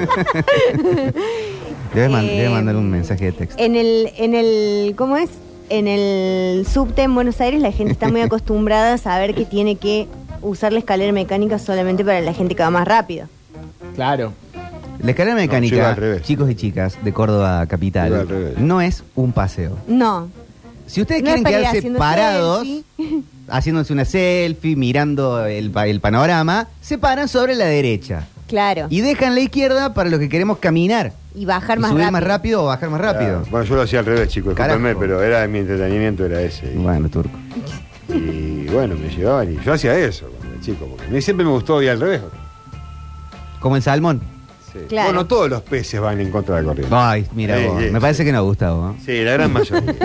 A: Debes, man-
C: Eh,
A: debes mandar un mensaje de texto.
C: En el, en el, ¿cómo es? En el subte en Buenos Aires la gente está muy acostumbrada a saber que tiene que usar la escalera mecánica solamente para la gente que va más rápido.
D: Claro.
A: La escalera
B: yo iba
A: mecánica,
B: al revés.
A: chicos y chicas de Córdoba
B: Yo iba al
A: capital,
B: revés.
A: no es un paseo.
C: No.
A: Si ustedes
C: No
A: quieren
C: es para ir
A: quedarse
C: haciendo
A: parados,
C: selfie.
A: haciéndose una selfie, mirando el, pa- el panorama, se paran sobre la derecha.
C: Claro. Y,
A: Y dejan la izquierda para los que queremos caminar.
C: bajar
A: Y
C: más
A: subir
C: rápido.
A: más rápido o bajar más rápido.
B: Bueno, yo lo hacía al revés, chicos, discúlpenme,
A: Carajo.
B: pero era mi entretenimiento era ese. Y-
A: Bueno, turco.
B: Y bueno, me llevaban y yo hacía eso, cuando era chico, porque a mí siempre me gustó ir al revés.
A: Como el salmón.
C: Claro.
B: Bueno, todos los peces van en contra de la corriente.
A: Ay, mira
B: Sí,
A: vos.
B: sí,
A: Me parece que no, Gustavo. ¿eh?
B: Sí, la gran mayoría.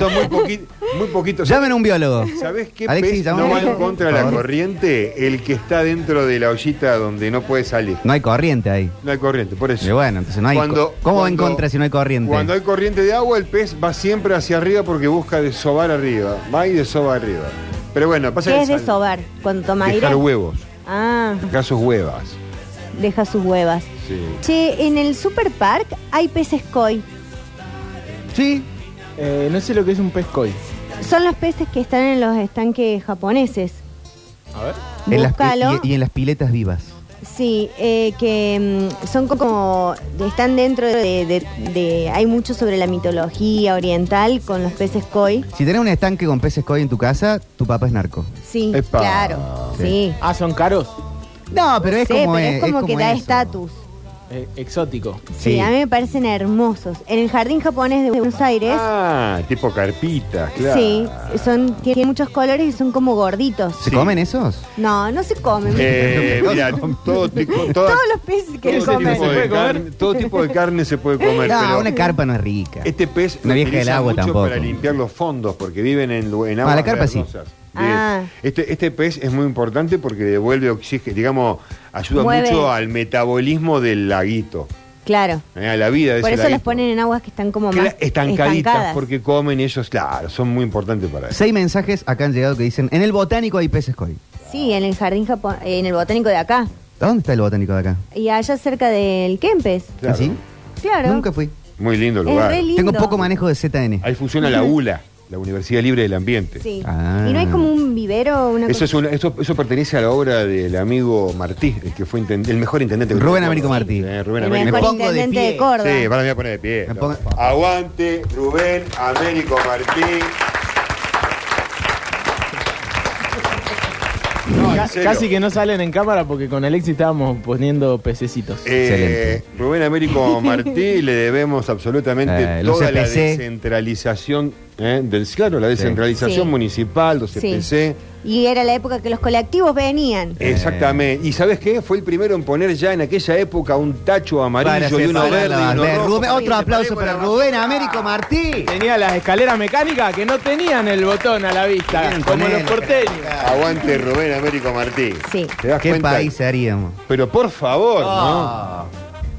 B: Son muy, poqui- muy poquitos.
A: Llamen a un biólogo.
B: ¿Sabés qué
A: Alexis,
B: pez
A: llámame.
B: no va en contra de
A: Por
B: la
A: favor.
B: corriente? El que está dentro de la ollita donde no puede salir.
A: No hay corriente ahí.
B: No hay corriente, por eso.
A: Y bueno, entonces no hay co- ¿cómo va en contra si no hay corriente?
B: Cuando hay corriente de agua, el pez va siempre hacia arriba porque busca desovar arriba. Va y desova arriba. Pero bueno, pasa
C: ¿Qué
B: que
C: es de
B: sal-
C: sobar? Cuando toma aire.
B: Dejar huevos.
C: Ah,
B: Casos huevas.
C: deja sus huevas.
B: Sí.
C: Che, en el Super Park hay peces koi.
A: Sí.
D: Eh, no sé lo que es un pescoy.
C: Son los peces que están en los estanques japoneses.
D: A ver.
A: En las-
C: Búscalo.
A: y, y en las piletas vivas.
C: Sí, eh, que mm, son como. Están dentro de, de- de- Hay mucho sobre la mitología oriental con los peces koi.
A: Si tenés un estanque con peces koi en tu casa, tu papá es narco.
C: Sí,
B: Epa.
C: claro. Sí.
D: Ah, son caros.
A: No, pero es
C: Sí,
A: como
C: pero es, como que da
A: eso.
C: estatus.
D: Eh, exótico.
C: Sí.
A: Sí.
C: a mí me parecen hermosos. En el jardín japonés de Buenos Aires,
B: Ah, tipo carpitas, claro.
C: sí, son tienen muchos colores y son como gorditos.
A: ¿Se comen esos?
C: No, no se comen.
B: Eh, mira, todo tipo, toda-
C: Todos los peces que
D: Todo
B: todo
D: comen.
B: tipo
D: ¿Se
B: de
D: puede comer?
B: carne- todo tipo de carne se puede comer,
A: no,
B: pero
A: una carpa no es rica.
B: este pez
A: Una
B: lo
A: vieja del
B: utiliza
A: agua
B: mucho
A: tampoco. Ah,
B: para limpiar los fondos porque viven en, lu- en aguas
A: la carpa sí.
B: verdosas. Bien.
C: Ah.
B: Este, este pez es muy importante porque devuelve oxígeno, digamos, ayuda
C: Mueve.
B: mucho al metabolismo del laguito,
C: Claro.
B: eh, a la vida de
C: Por
B: ese
C: eso los
B: laguito.
C: ponen en aguas que están como
B: Cla-
C: más
B: estancaditas
C: estancadas.
B: porque comen ellos, claro, son muy importantes para eso.
A: Seis mensajes acá han llegado que dicen, en el botánico hay peces koi.
C: Sí, en el jardín japonés, en el botánico de acá.
A: ¿Dónde está el botánico de acá?
C: Y allá cerca del Kempes.
B: Claro.
A: ¿Así?
C: Claro.
A: Nunca fui.
B: Muy lindo
C: Es
B: lugar.
C: re lindo.
A: Tengo poco manejo de ZN.
B: Ahí funciona la ULA, la Universidad Libre del Ambiente.
C: Sí.
A: Ah.
C: Y no hay como un vivero o una
B: Eso,
C: cosa.
B: es una- eso, eso pertenece a la obra del amigo Martí, el que fue intend- el mejor intendente. que
A: Rubén
B: tuvo
A: Américo
B: Córdoba.
A: Martí.
B: Eh, Rubén
C: El
B: Américo
C: mejor
A: me pongo de
C: intendente de,
A: pie.
C: Córdoba.
B: Sí, para mí voy a poner de pie.
A: Me pongo-
B: Aguante, Rubén Américo Martí. No, en
D: Ca-
B: serio.
D: casi que no salen en cámara porque con Alexis estábamos poniendo pececitos.
B: Eh,
A: Excelente.
B: Rubén Américo Martí le debemos absolutamente
A: Eh, los
B: toda la
A: CPC.
B: descentralización eh, del claro, la descentralización
C: Sí.
B: municipal, los E
C: Sí.
B: CPC.
C: Y era la época que los colectivos venían.
A: Eh.
B: Exactamente. ¿Y sabes qué? Fue el primero en poner ya en aquella época un tacho
A: Para
B: amarillo y uno
A: separar
B: verde
A: la
B: y uno
A: bandera.
B: rojo.
A: Rubén- otro aplauso para Rubén Américo Martí.
D: Tenía las escaleras mecánicas que no tenían el botón a la vista,
A: Bien,
D: como
A: ponele.
D: los porteños.
B: Aguante Rubén Américo Martí.
C: Sí.
B: ¿Te das
A: ¿Qué
B: cuenta? Ah.
A: país Ah. haríamos?
B: Pero por favor, ¿no?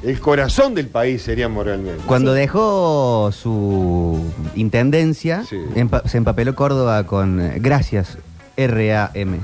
B: El corazón del país seríamos realmente.
A: Cuando dejó su intendencia,
B: Sí.
A: empa- se empapeló Córdoba con eh, gracias RAM.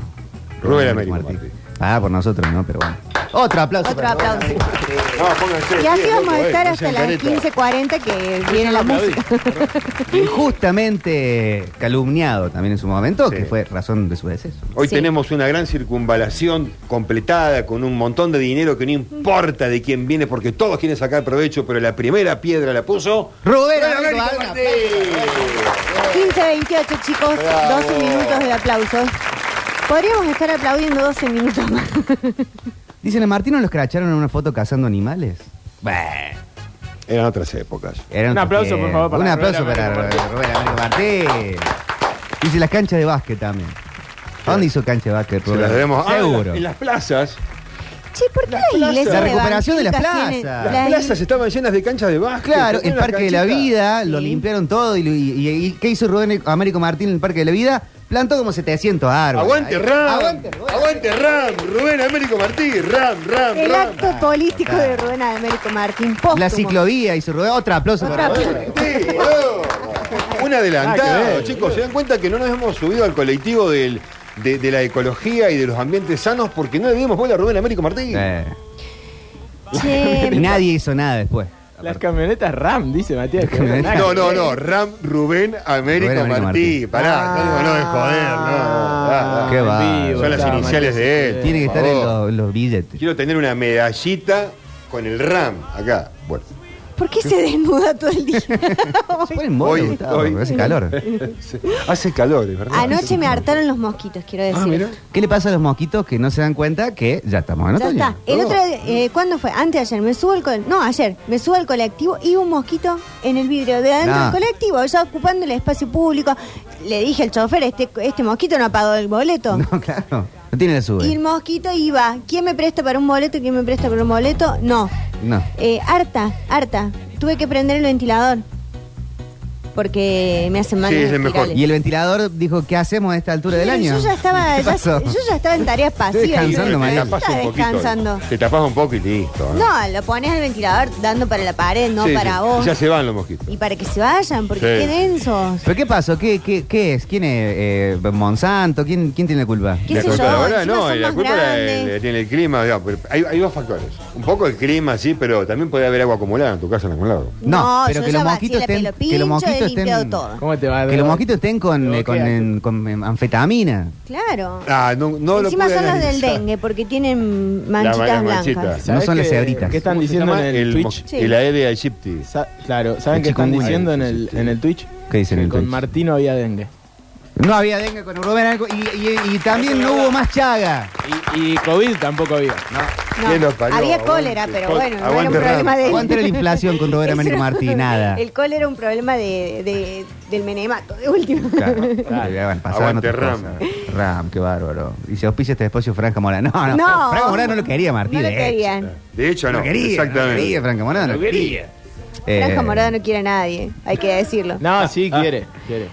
B: Rubén Américo Martí.
A: Ah, por nosotros, ¿no? Pero bueno. Otro aplauso.
C: Otro
A: para Rubén
C: aplauso.
A: Américo.
B: No, pónganse.
C: Y así
B: bien,
C: vamos a
B: loco,
C: estar
B: eh, no
C: hasta
B: sean
C: las
B: caretas.
C: 15.40 que viene la música.
A: Injustamente calumniado también en su momento,
B: Sí.
A: que fue razón de su deceso.
B: Hoy
C: Sí.
B: tenemos una gran circunvalación completada con un montón de dinero que no importa de quién viene porque todos quieren sacar provecho, pero la primera piedra la puso
A: Rubén
B: Rubén
A: Américo
B: Américo
A: Martí.
B: Martí.
C: 15.28 chicos,
B: Bravo.
C: 12 minutos de aplausos. Podríamos estar aplaudiendo 12 minutos más.
A: Dicen, a Martino lo escracharon en una foto cazando animales. Bueno.
B: Eran otras épocas.
A: Era
D: Un
A: otro
D: aplauso,
A: tiempo.
D: por favor, para
A: Un
D: Rubén
A: aplauso para
D: Américo Martín.
A: Rubén Américo Martín. Dice las canchas de básquet también. ¿A dónde hizo cancha de básquet?
B: Se
A: Rubén?
B: las debemos. Ah, en
A: Seguro.
B: las- en las plazas.
C: Che, ¿por qué las
B: plazas.
C: iglesias
B: La
A: recuperación de las
C: Banquicas
A: plazas.
C: tienen-
B: Las
A: La-
B: plazas estaban llenas de canchas de básquet.
A: Claro,
B: Tenía
A: el
B: una
A: Parque de la
B: canchita.
A: Vida, lo
C: Sí.
A: limpiaron todo. Y, y- y- y- qué hizo Rubén Américo Martín en el Parque de la Vida? Plantó como 700 árboles.
B: Aguante
A: Ahí.
B: Ram.
A: Aguante,
B: Aguante,
A: Rubén.
B: Ram. Rubén Américo Martí. Ram, Ram,
C: El
B: Ram.
C: acto político de Rubén Américo Martín póstumo.
A: La ciclovía hizo Rubén. Otro aplauso
C: Otro
A: para Rubén.
C: aplauso.
B: Sí, no. Un adelantado,
D: Ah, qué bien.
B: chicos. Se dan cuenta que no nos hemos subido al colectivo del- de, de la ecología y de los ambientes sanos porque no le dimos bola a Rubén Américo Martí.
A: Eh,
C: Che,
A: Y nadie hizo nada después.
D: Las camionetas RAM, dice Matías. que
A: camionetas-
B: No, no, no. Ram Rubén Américo,
A: Rubén Américo Martí.
B: Martí. Pará, no digo, no de joder, no. Ah, ah.
A: Qué va.
B: Son las iniciales de él.
A: Tiene que
B: Por
A: estar en
B: favor.
A: los, los billetes.
B: Quiero tener una medallita con el Ram acá. Bueno.
C: ¿por qué se desnuda todo el día?
A: Se ponen monos,
B: Hoy-
A: Gustavo,
B: hoy-
A: hace calor.
B: Hace calor, es verdad.
C: Anoche me hartaron los mosquitos, quiero
B: Ah,
C: decir.
B: mira.
A: ¿Qué le pasa a los mosquitos que no se dan cuenta que ya estamos en
C: ya
A: otoño?
C: está. El otro, eh, ¿cuándo fue? Antes de ayer, me subo al col- no, ayer, me subo al colectivo y un mosquito en el vidrio de adentro
A: No.
C: del colectivo, ya ocupando el espacio público. Le dije al chofer, este, este mosquito no ha pagado el boleto.
A: No, claro. No tiene la sube.
C: Y el mosquito iba, ¿quién me presta para un boleto? ¿Quién me presta para un boleto? No.
A: No.
C: Eh, harta, harta. Tuve que prender el ventilador. Porque me hacen mal.
B: Sí,
C: los
B: es el mejor.
C: espirales.
A: Y el ventilador dijo, ¿qué hacemos a esta altura del
C: Pero
A: año?
C: Yo ya estaba,
A: ¿Qué
C: ya-
A: pasó?
C: yo ya estaba en tareas pasivas.
A: descansando,
C: Yo
A: María.
C: estaba
A: Te
B: Tapás un poquito.
C: descansando.
B: Te tapas un poco y listo. ¿eh?
C: No, lo pones al ventilador dando para la pared, no
B: Sí,
C: para
B: sí.
C: vos.
B: Ya se van los mosquitos.
C: Y para que se vayan, porque
B: Sí.
C: qué densos.
A: ¿Pero qué pasó? ¿Qué, qué, qué es? ¿Quién es? eh, ¿Monsanto? ¿Quién, ¿Quién tiene la culpa?
C: ¿Qué
B: la
C: sé
B: culpa
C: yo?
B: de ahora
C: Encima
B: no,
C: son
B: y la
C: más
B: culpa la-
C: grandes.
B: la tiene el clima. digamos, pero hay, hay dos factores. Un poco el clima, sí, pero también puede haber agua acumulada en tu casa en algún lado.
A: No, pero
C: yo
A: que
C: ya
A: los
C: vacié
A: mosquitos
C: la
A: estén-
C: pelo
A: que los
C: pincho,
A: mosquitos
C: he limpiado
A: estén-
C: todo.
D: ¿Cómo te va a
A: Que los mosquitos estén con, eh, con,
D: Bloqueate.
A: en- con, eh, anfetamina.
C: Claro.
B: Ah, no, no lo
C: Encima
B: pude
C: son los
B: analizar.
C: del dengue, porque tienen manchitas
B: La- las
C: blancas.
B: manchitas.
A: No son las cebritas.
D: ¿Qué están
B: ¿Cómo se
D: diciendo
B: llama?
D: en el,
B: mos-
D: Twitch?
C: Sí.
B: El Aedes aegypti.
D: Sa- claro, ¿saben
A: El
D: qué están
A: chikungunya.
D: diciendo en el, en el Twitch?
A: ¿Qué dicen en
D: Que
A: el
D: con
A: Twitch?
D: Martino había dengue.
A: No había dengue con Rubén algo y, y- y también no hubo más chaga.
D: Y, y COVID tampoco había.
C: No,
B: ¿Quién los parió?
C: había
B: Aguante,
C: cólera, pero
B: col-
C: bueno, no era un
B: aguante
C: problema
B: Ram.
C: de
A: ¿Cuánto era la inflación con Rubén
C: Eso
A: Américo
C: no-
A: Martí? Nada.
C: El cólera era un problema de, de- del menemato, de último.
A: Claro. Eh, bueno, pasaban
B: Aguante,
A: otras
B: Ram.
A: cosas. Ram, qué bárbaro. Y se auspicia este espacio Franca Morán. No, no.
C: No.
A: Franca Morán no lo quería, Martí.
C: No lo
A: de hecho.
C: querían.
B: De hecho,
A: No
B: no.
A: lo quería.
B: Exactamente.
A: No lo quería, Franca Morán. No lo quería. Eh,
C: Franco Morado no quiere a nadie, hay que decirlo.
D: No, sí, quiere, quiere.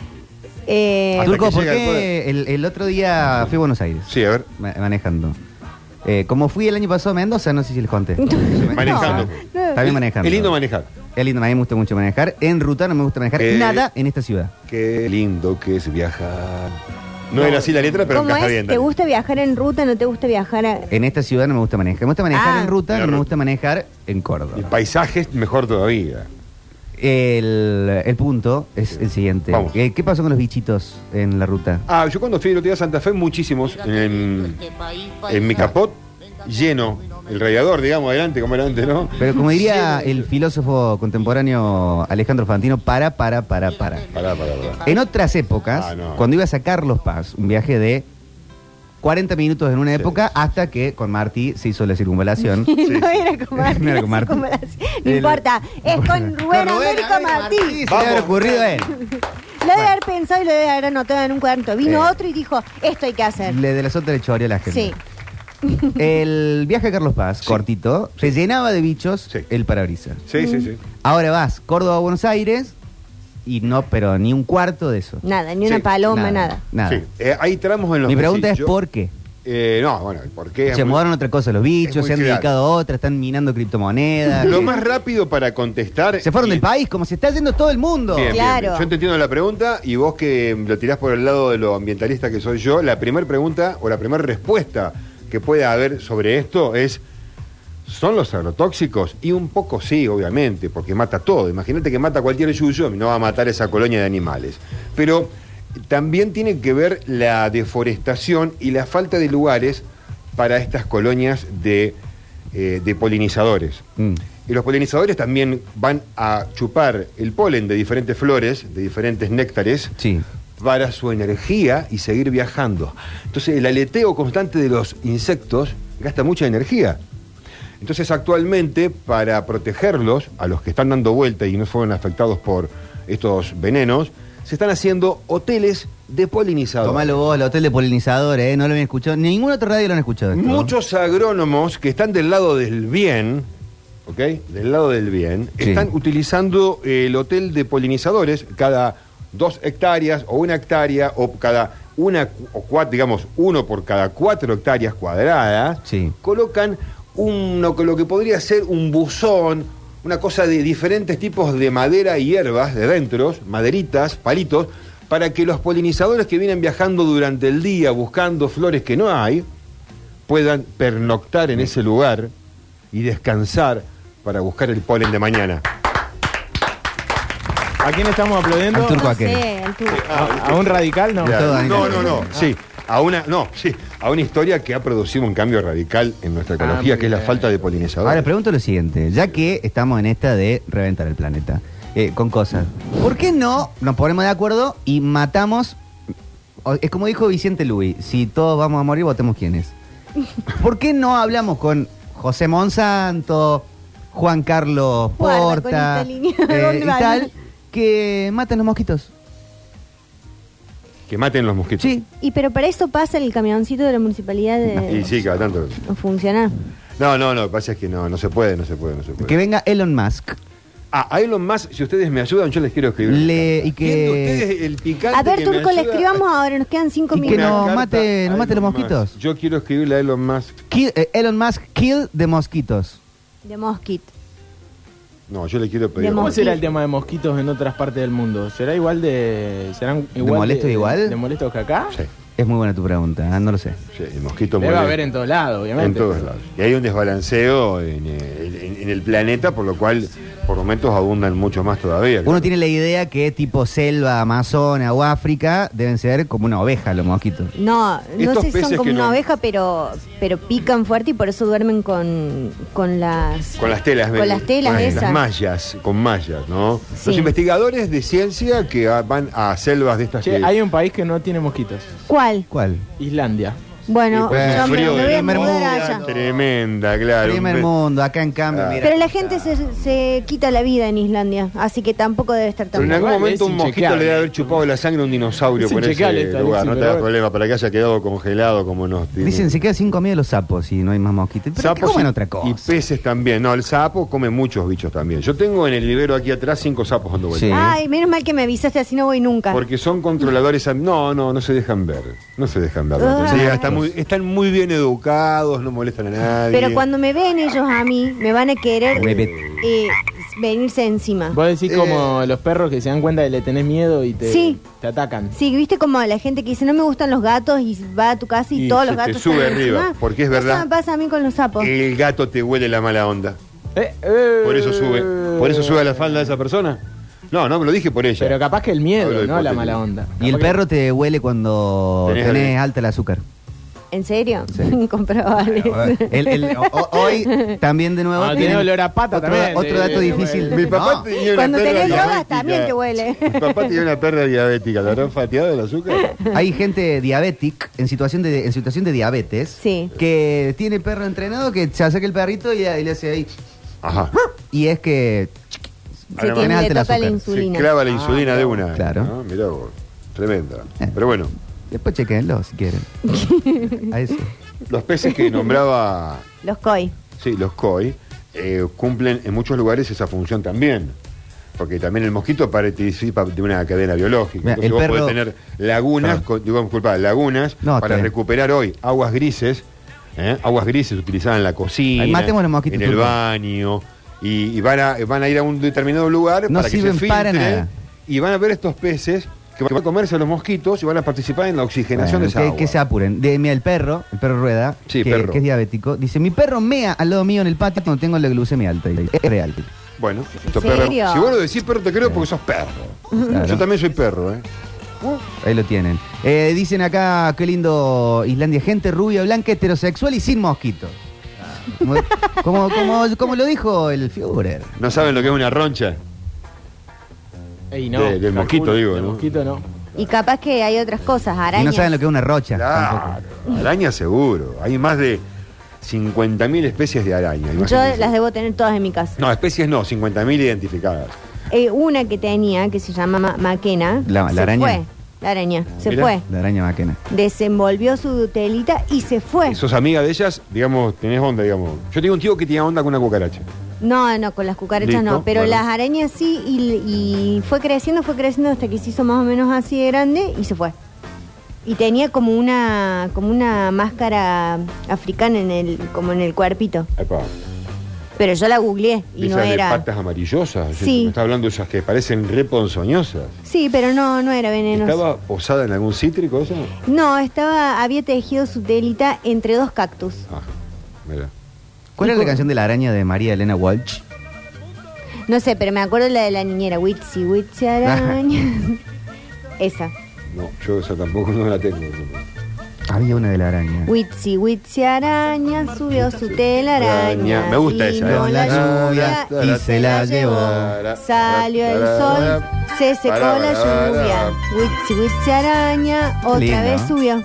C: Eh,
B: Hasta
A: Turco,
B: que
A: ¿por
B: llega el
A: qué
B: poder.
A: el, el otro día fui a Buenos Aires?
B: Sí, a ver.
A: ma- manejando. Eh, como fui el año pasado a Mendoza, no sé si les conté.
B: Manejando.
C: No.
A: También manejando.
B: Qué lindo manejar.
A: Es lindo, a mí me gusta mucho manejar. En ruta no me gusta manejar
B: Eh,
A: nada en esta ciudad.
B: Qué lindo que es viajar. No, era así la letra, pero
C: ¿Cómo
B: encaja
C: es?
B: bien.
C: ¿Te
B: dale.
C: gusta viajar en ruta? ¿No te gusta viajar a...
A: En esta ciudad no me gusta manejar. Me gusta manejar
C: Ah.
A: en ruta,
B: En
A: no
B: la
A: me
B: ruta.
A: gusta manejar en
B: El
A: Córdoba.
B: paisaje es mejor todavía.
A: El, el punto es el siguiente.
B: Vamos.
A: Eh, ¿Qué pasó con los bichitos en la ruta?
B: Ah, yo cuando fui el otro día a Santa Fe, muchísimos. En, en mi capot, lleno. El radiador, digamos, adelante, como adelante, ¿no?
A: Pero como diría el filósofo contemporáneo Alejandro Fantino, para, para, para, para.
B: Pará, pará, pará.
A: Ah. En otras épocas,
B: Ah, no.
A: cuando ibas a Carlos Paz, un viaje de 40 minutos en una época, hasta que con Martí se hizo la circunvalación.
B: Sí.
C: no era con Martín.
A: No era con Martín.
C: así como la- No
A: El-
C: importa, es con Rubén América Martí.
A: Se le habrá
B: Vamos.
A: ocurrido a él.
C: Lo debe haber pensado y lo debe haber anotado en un cuadernito. Vino
A: Eh. Mm,
C: otro y dijo, esto hay que hacer.
A: Le de la sota le choreó a la gente.
C: Sí.
A: El viaje a Carlos Paz, cortito, se llenaba de bichos
B: Sí.
A: el parabrisas.
B: Sí, sí, sí.
A: Ahora vas Córdoba a Buenos Aires y no, pero ni un cuarto de eso.
C: Nada, ni
B: Sí,
C: una paloma, nada.
A: Nada.
B: Sí, eh, hay tramos en los
A: Mi
B: que
A: pregunta
B: sí,
A: es
B: yo-
A: por qué.
B: Eh, no, bueno, ¿por qué?
A: Se mudaron otra cosa los bichos,
B: muy
A: se han
B: general.
A: dedicado a otra, están minando criptomonedas.
B: Lo más rápido para contestar.
A: Se fueron
B: y-
A: del país, como se está yendo todo el mundo.
B: Bien, bien,
C: Claro.
B: bien. Yo te entiendo la pregunta y vos que mm, lo tirás por el lado de lo ambientalista que soy yo, la primera pregunta o la primera respuesta que pueda haber sobre esto es ¿son los agrotóxicos? Y un poco sí, obviamente, porque mata todo. Imagínate que mata cualquier yuyo, no va a matar esa colonia de animales. Pero también tiene que ver la deforestación y la falta de lugares para estas colonias de, eh, de polinizadores.
A: Mm.
B: Y los polinizadores también van a chupar el polen de diferentes flores, de diferentes néctares,
A: Sí.
B: para su energía y seguir viajando. Entonces el aleteo constante de los insectos gasta mucha energía. Entonces actualmente para protegerlos, a los que están dando vuelta y no fueron afectados por estos venenos, se están haciendo hoteles de polinizadores.
A: Tomalo vos, el hotel de polinizadores, ¿eh? No lo habían escuchado. Ningún otro radio lo han escuchado. esto.
B: Muchos agrónomos que están del lado del bien, ¿ok? Del lado del bien,
A: Sí.
B: están utilizando eh, el hotel de polinizadores cada dos hectáreas o una hectárea o cada una cu- o cuatro, digamos, uno por cada cuatro hectáreas cuadradas,
A: Sí.
B: colocan un, lo, que- lo que podría ser un buzón, una cosa de diferentes tipos de madera y hierbas de dentro, maderitas, palitos, para que los polinizadores que vienen viajando durante el día buscando flores que no hay, puedan pernoctar en ese lugar y descansar para buscar el polen de mañana.
D: ¿A quién estamos aplaudiendo?
A: Al turco.
C: No
A: aquel.
C: sé, el turco.
D: ¿A, a un radical? No.
B: Ya,
A: todo
B: No,
A: Daniel.
B: no, no. Sí, a una, no, sí, a una historia que ha producido un cambio radical en nuestra
D: Ah,
B: ecología,
D: muy
B: que es la
D: bien.
B: falta de polinizadores.
A: Ahora, pregunto lo siguiente. Ya que estamos en esta de reventar el planeta eh, con cosas, ¿por qué no nos ponemos de acuerdo y matamos? o- Es como dijo Vicente Luis, si todos vamos a morir, votemos quiénes. ¿Por qué no hablamos con José Monsanto, Juan Carlos
C: Guarda con
A: Porta eh,
C: esta línea, ¿dónde
A: y
C: van?
A: tal, que maten los mosquitos?
B: Que maten los mosquitos.
A: Sí.
C: Y pero para eso pasa el camioncito de la municipalidad
B: Y
C: de...
B: sí, cada tanto.
C: No funciona.
B: No, no, no, lo que pasa es que no, no se puede, no se puede, no se puede.
A: Que venga Elon Musk.
B: Ah, a Elon Musk, si ustedes me ayudan, yo les quiero escribir. una
A: Le-
B: carta.
A: y que-
B: ¿Quién de ustedes el picante
C: A ver,
B: que me
C: Turco, le
B: ayuda?
C: escribamos ahora, nos quedan cinco
A: Y que
B: Una
C: minutos.
A: no-
B: carta
A: mate-
B: a
A: no mate
B: Elon
A: los
B: Musk.
A: mosquitos.
B: Yo quiero escribirle a Elon Musk.
A: Kill- eh, Elon Musk, kill de mosquitos.
C: De Mosquit.
B: No, yo le quiero
C: De
B: pedir.
D: ¿Cómo
C: mosquitos.
D: será el tema de mosquitos en otras partes del mundo? ¿Será igual de. ¿Serán igual
A: molesto igual?
D: ¿De molestos que acá?
B: Sí,
A: Es muy buena tu pregunta, ah, no lo sé.
B: sí, el mosquito
D: Debe
B: muere.
D: haber en todos lados, obviamente.
B: En todos lados. Y hay un desbalanceo en, eh, en- en el planeta, por lo cual por momentos abundan mucho más todavía.
A: Uno tiene la idea que tipo selva, Amazona o África deben ser como una oveja los mosquitos.
C: No, no
B: Estos
C: sé si son
B: peces
C: como
B: que
C: una
B: no-
C: oveja, pero, pero pican fuerte y por eso duermen con, con las...
B: Con las telas.
C: Con
B: eh,
C: las telas
B: con
C: esas.
B: Las mallas, con mallas, ¿no?
C: Sí.
B: Los investigadores de ciencia que ah, van a selvas de estas
D: Che,
B: que-
D: hay un país que no tiene mosquitos.
C: ¿Cuál?
A: ¿Cuál?
D: Islandia.
C: Bueno,
B: que
A: Eh,
C: yo
B: un
C: me,
B: frío
C: me
B: de
C: voy a
A: primer
C: mudar
A: mundo.
C: allá.
B: Tremenda, claro.
A: Primer
B: Un-
A: mundo, acá en cambio,
B: Ah.
A: mira.
C: Pero la gente se, se quita la vida en Islandia, así que tampoco debe estar tan
B: Pero en
C: mal.
B: algún
D: Igual
B: momento
D: es
B: un mosquito
D: inchequeable.
B: le debe haber chupado la sangre a un dinosaurio
D: Es
B: por
D: inchequeable
B: ese
D: esta,
B: lugar.
D: Alexis,
B: No te
D: pero
B: da
D: bueno.
B: problema para que haya quedado congelado como nos tiene.
A: Dicen, se queda sin comida los sapos y no hay más mosquitos. Pero
B: Sapos
A: que comen
B: y-
A: otra
B: Y
A: cosa.
B: peces también. No, el sapo come muchos bichos también. Yo tengo en el vivero aquí atrás cinco sapos dando vueltas.
A: Sí.
C: Ay, menos mal que me avisaste, así no voy nunca.
B: Porque son controladores. am- No, no, no se dejan ver. No se dejan ver.
C: Ah.
B: Sí, están, muy, están muy bien educados, no molestan a nadie.
C: Pero cuando me ven ellos a mí, me van a querer
A: Repet-
C: eh, venirse encima.
D: Vos
A: Eh.
D: decís como los perros que se dan cuenta de que le tenés miedo y te,
C: Sí.
D: te atacan.
C: Sí, viste como la gente que dice no me gustan los gatos y va a tu casa y,
D: Y
C: todos
D: se
C: los
B: te
C: gatos
B: sube
C: están
B: arriba,
C: encima.
B: porque es verdad. Eh,
C: Eso me pasa a mí con los sapos.
B: El gato te huele la mala onda.
D: Eh, eh.
B: Por eso sube. Por eso sube a la falda de esa persona. No, no, me lo dije por ella.
D: Pero capaz que el
B: Hablo
D: miedo,
B: de
D: ¿no? La
B: hipotético.
D: mala onda.
A: Y el
D: Capaz que-
A: perro te huele cuando
B: Tenés
A: tenés
B: alergia.
A: alta el azúcar.
C: ¿En serio?
A: Sí.
C: Comprobable.
A: El- el- o- o- hoy también de nuevo.
D: Ah,
A: tienen
D: tiene olor a pata
A: otro,
D: también.
A: Otro dato
D: Eh,
A: difícil.
B: Mi papá
A: No.
B: tenía una
C: Cuando
B: perra
C: tenés drogas
B: diabética.
C: también te huele.
B: Mi papá tenía una perra diabética. ¿La habrán fateado del azúcar?
A: Hay gente diabética en situación de en situación de diabetes
C: Sí.
A: que tiene perro entrenado que se acerca el perrito y, y le hace ahí
B: Ajá.
A: y es que
C: Se
B: Ahora
A: tenés
C: tiene
A: alta
C: que
A: el
C: tocar la
A: azúcar.
B: Se
C: insulina.
B: clava la insulina de una.
A: Ah, Claro.
B: ¿no? Mirá vos. Tremenda.
A: Eh.
B: Pero bueno,
A: después chequenlo si quieren. A eso.
B: los peces que nombraba
C: Los koi.
B: Sí, los COI eh, cumplen en muchos lugares esa función también. Porque también el mosquito participa de una cadena biológica.
A: Mira,
B: Entonces
A: el
B: vos
A: perro-
B: podés tener lagunas,
A: Perdón.
B: con- digo, disculpa, lagunas
A: No, está
B: para
A: bien.
B: recuperar hoy aguas grises, ¿eh? aguas grises utilizadas en la cocina,
A: Ay, matemos los mosquitos,
B: en el
A: turco.
B: baño, y, y van, a, van a ir a un determinado lugar
A: No
B: para que se
A: sirven
B: filtre,
A: para nada.
B: y van a ver estos peces que van a comerse a los mosquitos y van a participar en la
A: Bueno,
B: oxigenación de esa
A: que,
B: agua.
A: que se apuren. De, mira, el perro, el perro rueda,
B: Sí,
A: que,
B: perro.
A: que es diabético, dice, mi perro mea al lado mío en el patio cuando tengo la glucemia alta. Y Es real.
B: Bueno,
C: ¿En
B: esto perro.
C: serio?
B: Si vos lo decís perro, te creo porque sos perro.
A: Claro.
B: Yo también soy perro, ¿eh?
A: Ahí lo tienen. Eh, dicen acá, qué lindo Islandia, gente rubia, blanca, heterosexual y sin mosquito. Ah, Como, como, como- como lo dijo el Führer.
B: No saben lo que es una roncha.
D: Ey, no.
B: De- del
D: calculo,
B: mosquito, digo,
D: Del
B: ¿no?
D: mosquito no.
C: Y capaz que hay otras cosas, arañas.
A: Y no saben lo que es una rocha.
B: Claro, araña seguro. Hay más de 50.000 especies de araña.
C: Yo
B: imagínense.
C: las debo tener todas en mi casa.
B: No, especies no, 50.000 identificadas.
C: Eh, una que tenía, que se llama Ma- Maquena.
A: La- la
C: se
A: araña.
C: Fue. La araña, se
B: Mirá.
C: fue.
A: La araña maquena.
C: Desenvolvió su telita y se fue.
B: ¿Sos amiga de ellas? Digamos, tenés onda, digamos. Yo tengo un tío que tenía onda con una cucaracha.
C: No, no, con las cucarachas
B: Listo,
C: no, pero
B: bueno.
C: las arañas sí y, y fue creciendo, fue creciendo hasta que se hizo más o menos así de grande y se fue. Y tenía como una como una máscara africana en el como en el cuerpito,
B: Epa,
C: pero yo la googleé y
B: esas
C: no
B: de
C: era.
B: patas amarillosas.
C: Sí.
B: Me está hablando de esas que parecen reponzoñosas.
C: Sí, pero no no era venenosa.
B: ¿Estaba posada en algún cítrico eso?
C: No, estaba había tejido su telita entre dos cactus.
B: Ah, mira.
A: ¿Cuál era la canción de la araña de María Elena Walsh?
C: No sé, pero me acuerdo la de la niñera, Witsi, Witsi araña. Esa.
B: No, yo esa tampoco no la tengo.
A: Había una de la araña.
C: Witsi, Witsi araña, subió su telaraña.
B: Me gusta esa,
C: vino
B: ¿eh?
C: la
B: Ah,
C: lluvia y se la llevó. Salió el sol, se secó la lluvia. Witsi, Witsi araña, otra
A: Lindo.
C: vez subió.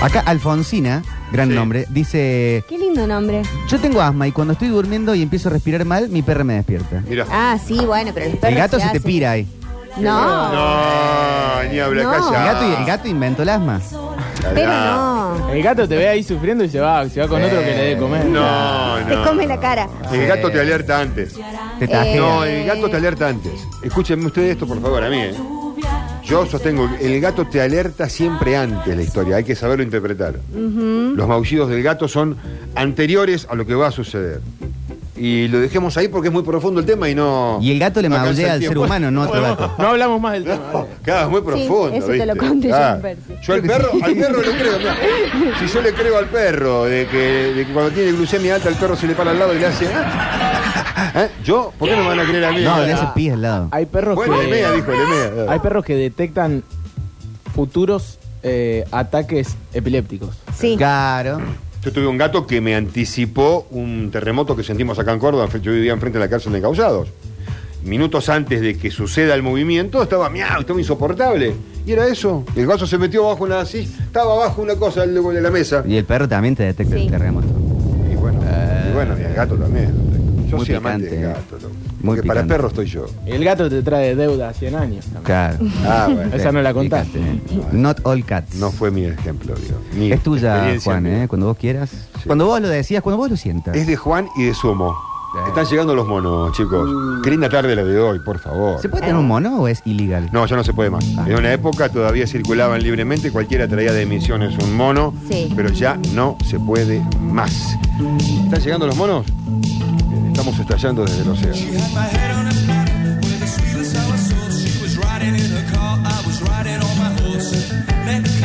A: Acá Alfonsina, gran
B: Sí.
A: nombre, dice...
C: Qué lindo nombre.
A: Yo tengo asma y cuando estoy durmiendo y empiezo a respirar mal, mi perra me despierta.
B: Mira.
C: Ah, sí, bueno, pero los
A: El
C: perros
A: gato se te
C: hacen.
A: pira ahí.
C: No,
B: No, ni habla
C: No.
A: Ah, El
B: calla.
A: gato, el gato inventó el asma.
C: pero
B: Ah.
C: no.
D: El gato te ve ahí sufriendo y se va, se va con
A: Eh,
D: otro que le dé de comer.
B: No, no.
C: Te come la cara.
B: El gato te alerta antes.
A: Te tajea.
C: Eh,
B: No, el gato te alerta antes. Escúchenme ustedes esto, por favor, a mí. ¿eh? Yo sostengo, el gato te alerta siempre antes la historia, hay que saberlo interpretar. Los maullidos del gato son anteriores a lo que va a suceder. Y lo dejemos ahí porque es muy profundo el tema y no...
A: Y el gato le
B: no alcanza el
A: maullea al ser
B: tiempo.
A: humano, no a otro gato.
D: No hablamos más del tema.
B: No, Oh, Claro, es muy profundo.
C: eso te lo
B: ¿viste?
C: conté yo
B: Ah,
C: en Percy.
B: yo al perro, al perro le creo. mirá. Si yo le creo al perro de que, de que cuando tiene glucemia alta el perro se le para al lado y le hace. ah, ¿eh? ¿Yo? ¿Por qué no me van a creer a mí?
A: No, le hace pis al lado.
D: Hay perros
B: Bueno,
D: que.
B: le mea, dijo, le mea.
D: Hay perros que detectan futuros eh, ataques epilépticos.
C: Sí.
A: Claro.
B: Yo tuve un gato que me anticipó un terremoto que sentimos acá en Córdoba. enfrente- Yo vivía enfrente de la cárcel de Causados. Minutos antes de que suceda el movimiento, estaba miau, estaba insoportable. Y era eso. El gato se metió abajo una así, estaba abajo una cosa de la mesa.
A: Y el perro también te detecta
C: Sí.
A: el terremoto.
B: Y bueno, y bueno, y el gato también. Yo
A: Eh, Muy
B: soy amante
A: picante,
B: del
A: eh.
B: gato. loco.
A: Muy
B: Porque para
A: picante.
B: perro estoy yo.
D: El gato te trae deuda a 100 años. también.
A: Claro.
B: Ah, bueno.
D: Esa no la contaste.
A: Picante. Not all cats.
B: No fue mi ejemplo, digo. Mi
A: Es tuya,
B: experiencia
A: Juan,
B: mía.
A: ¿eh? Cuando vos quieras. Cuando vos lo decías, cuando vos lo sientas.
B: Es de Juan y de Sumo.
A: Sí.
B: Están llegando los monos, chicos. Qué linda tarde la de hoy, por favor.
A: Mm. ¿Se puede tener un mono Ah. o es ilegal?
B: No, ya no se puede más. En una época todavía circulaban libremente, cualquiera traía de emisiones un mono,
C: Sí.
B: pero ya no se puede más. ¿Están llegando los monos? Bien, Estamos estallando desde el océano.
E: My head on a pillow with the sweetest of our souls. She was riding in her car, I was riding on my horse. Let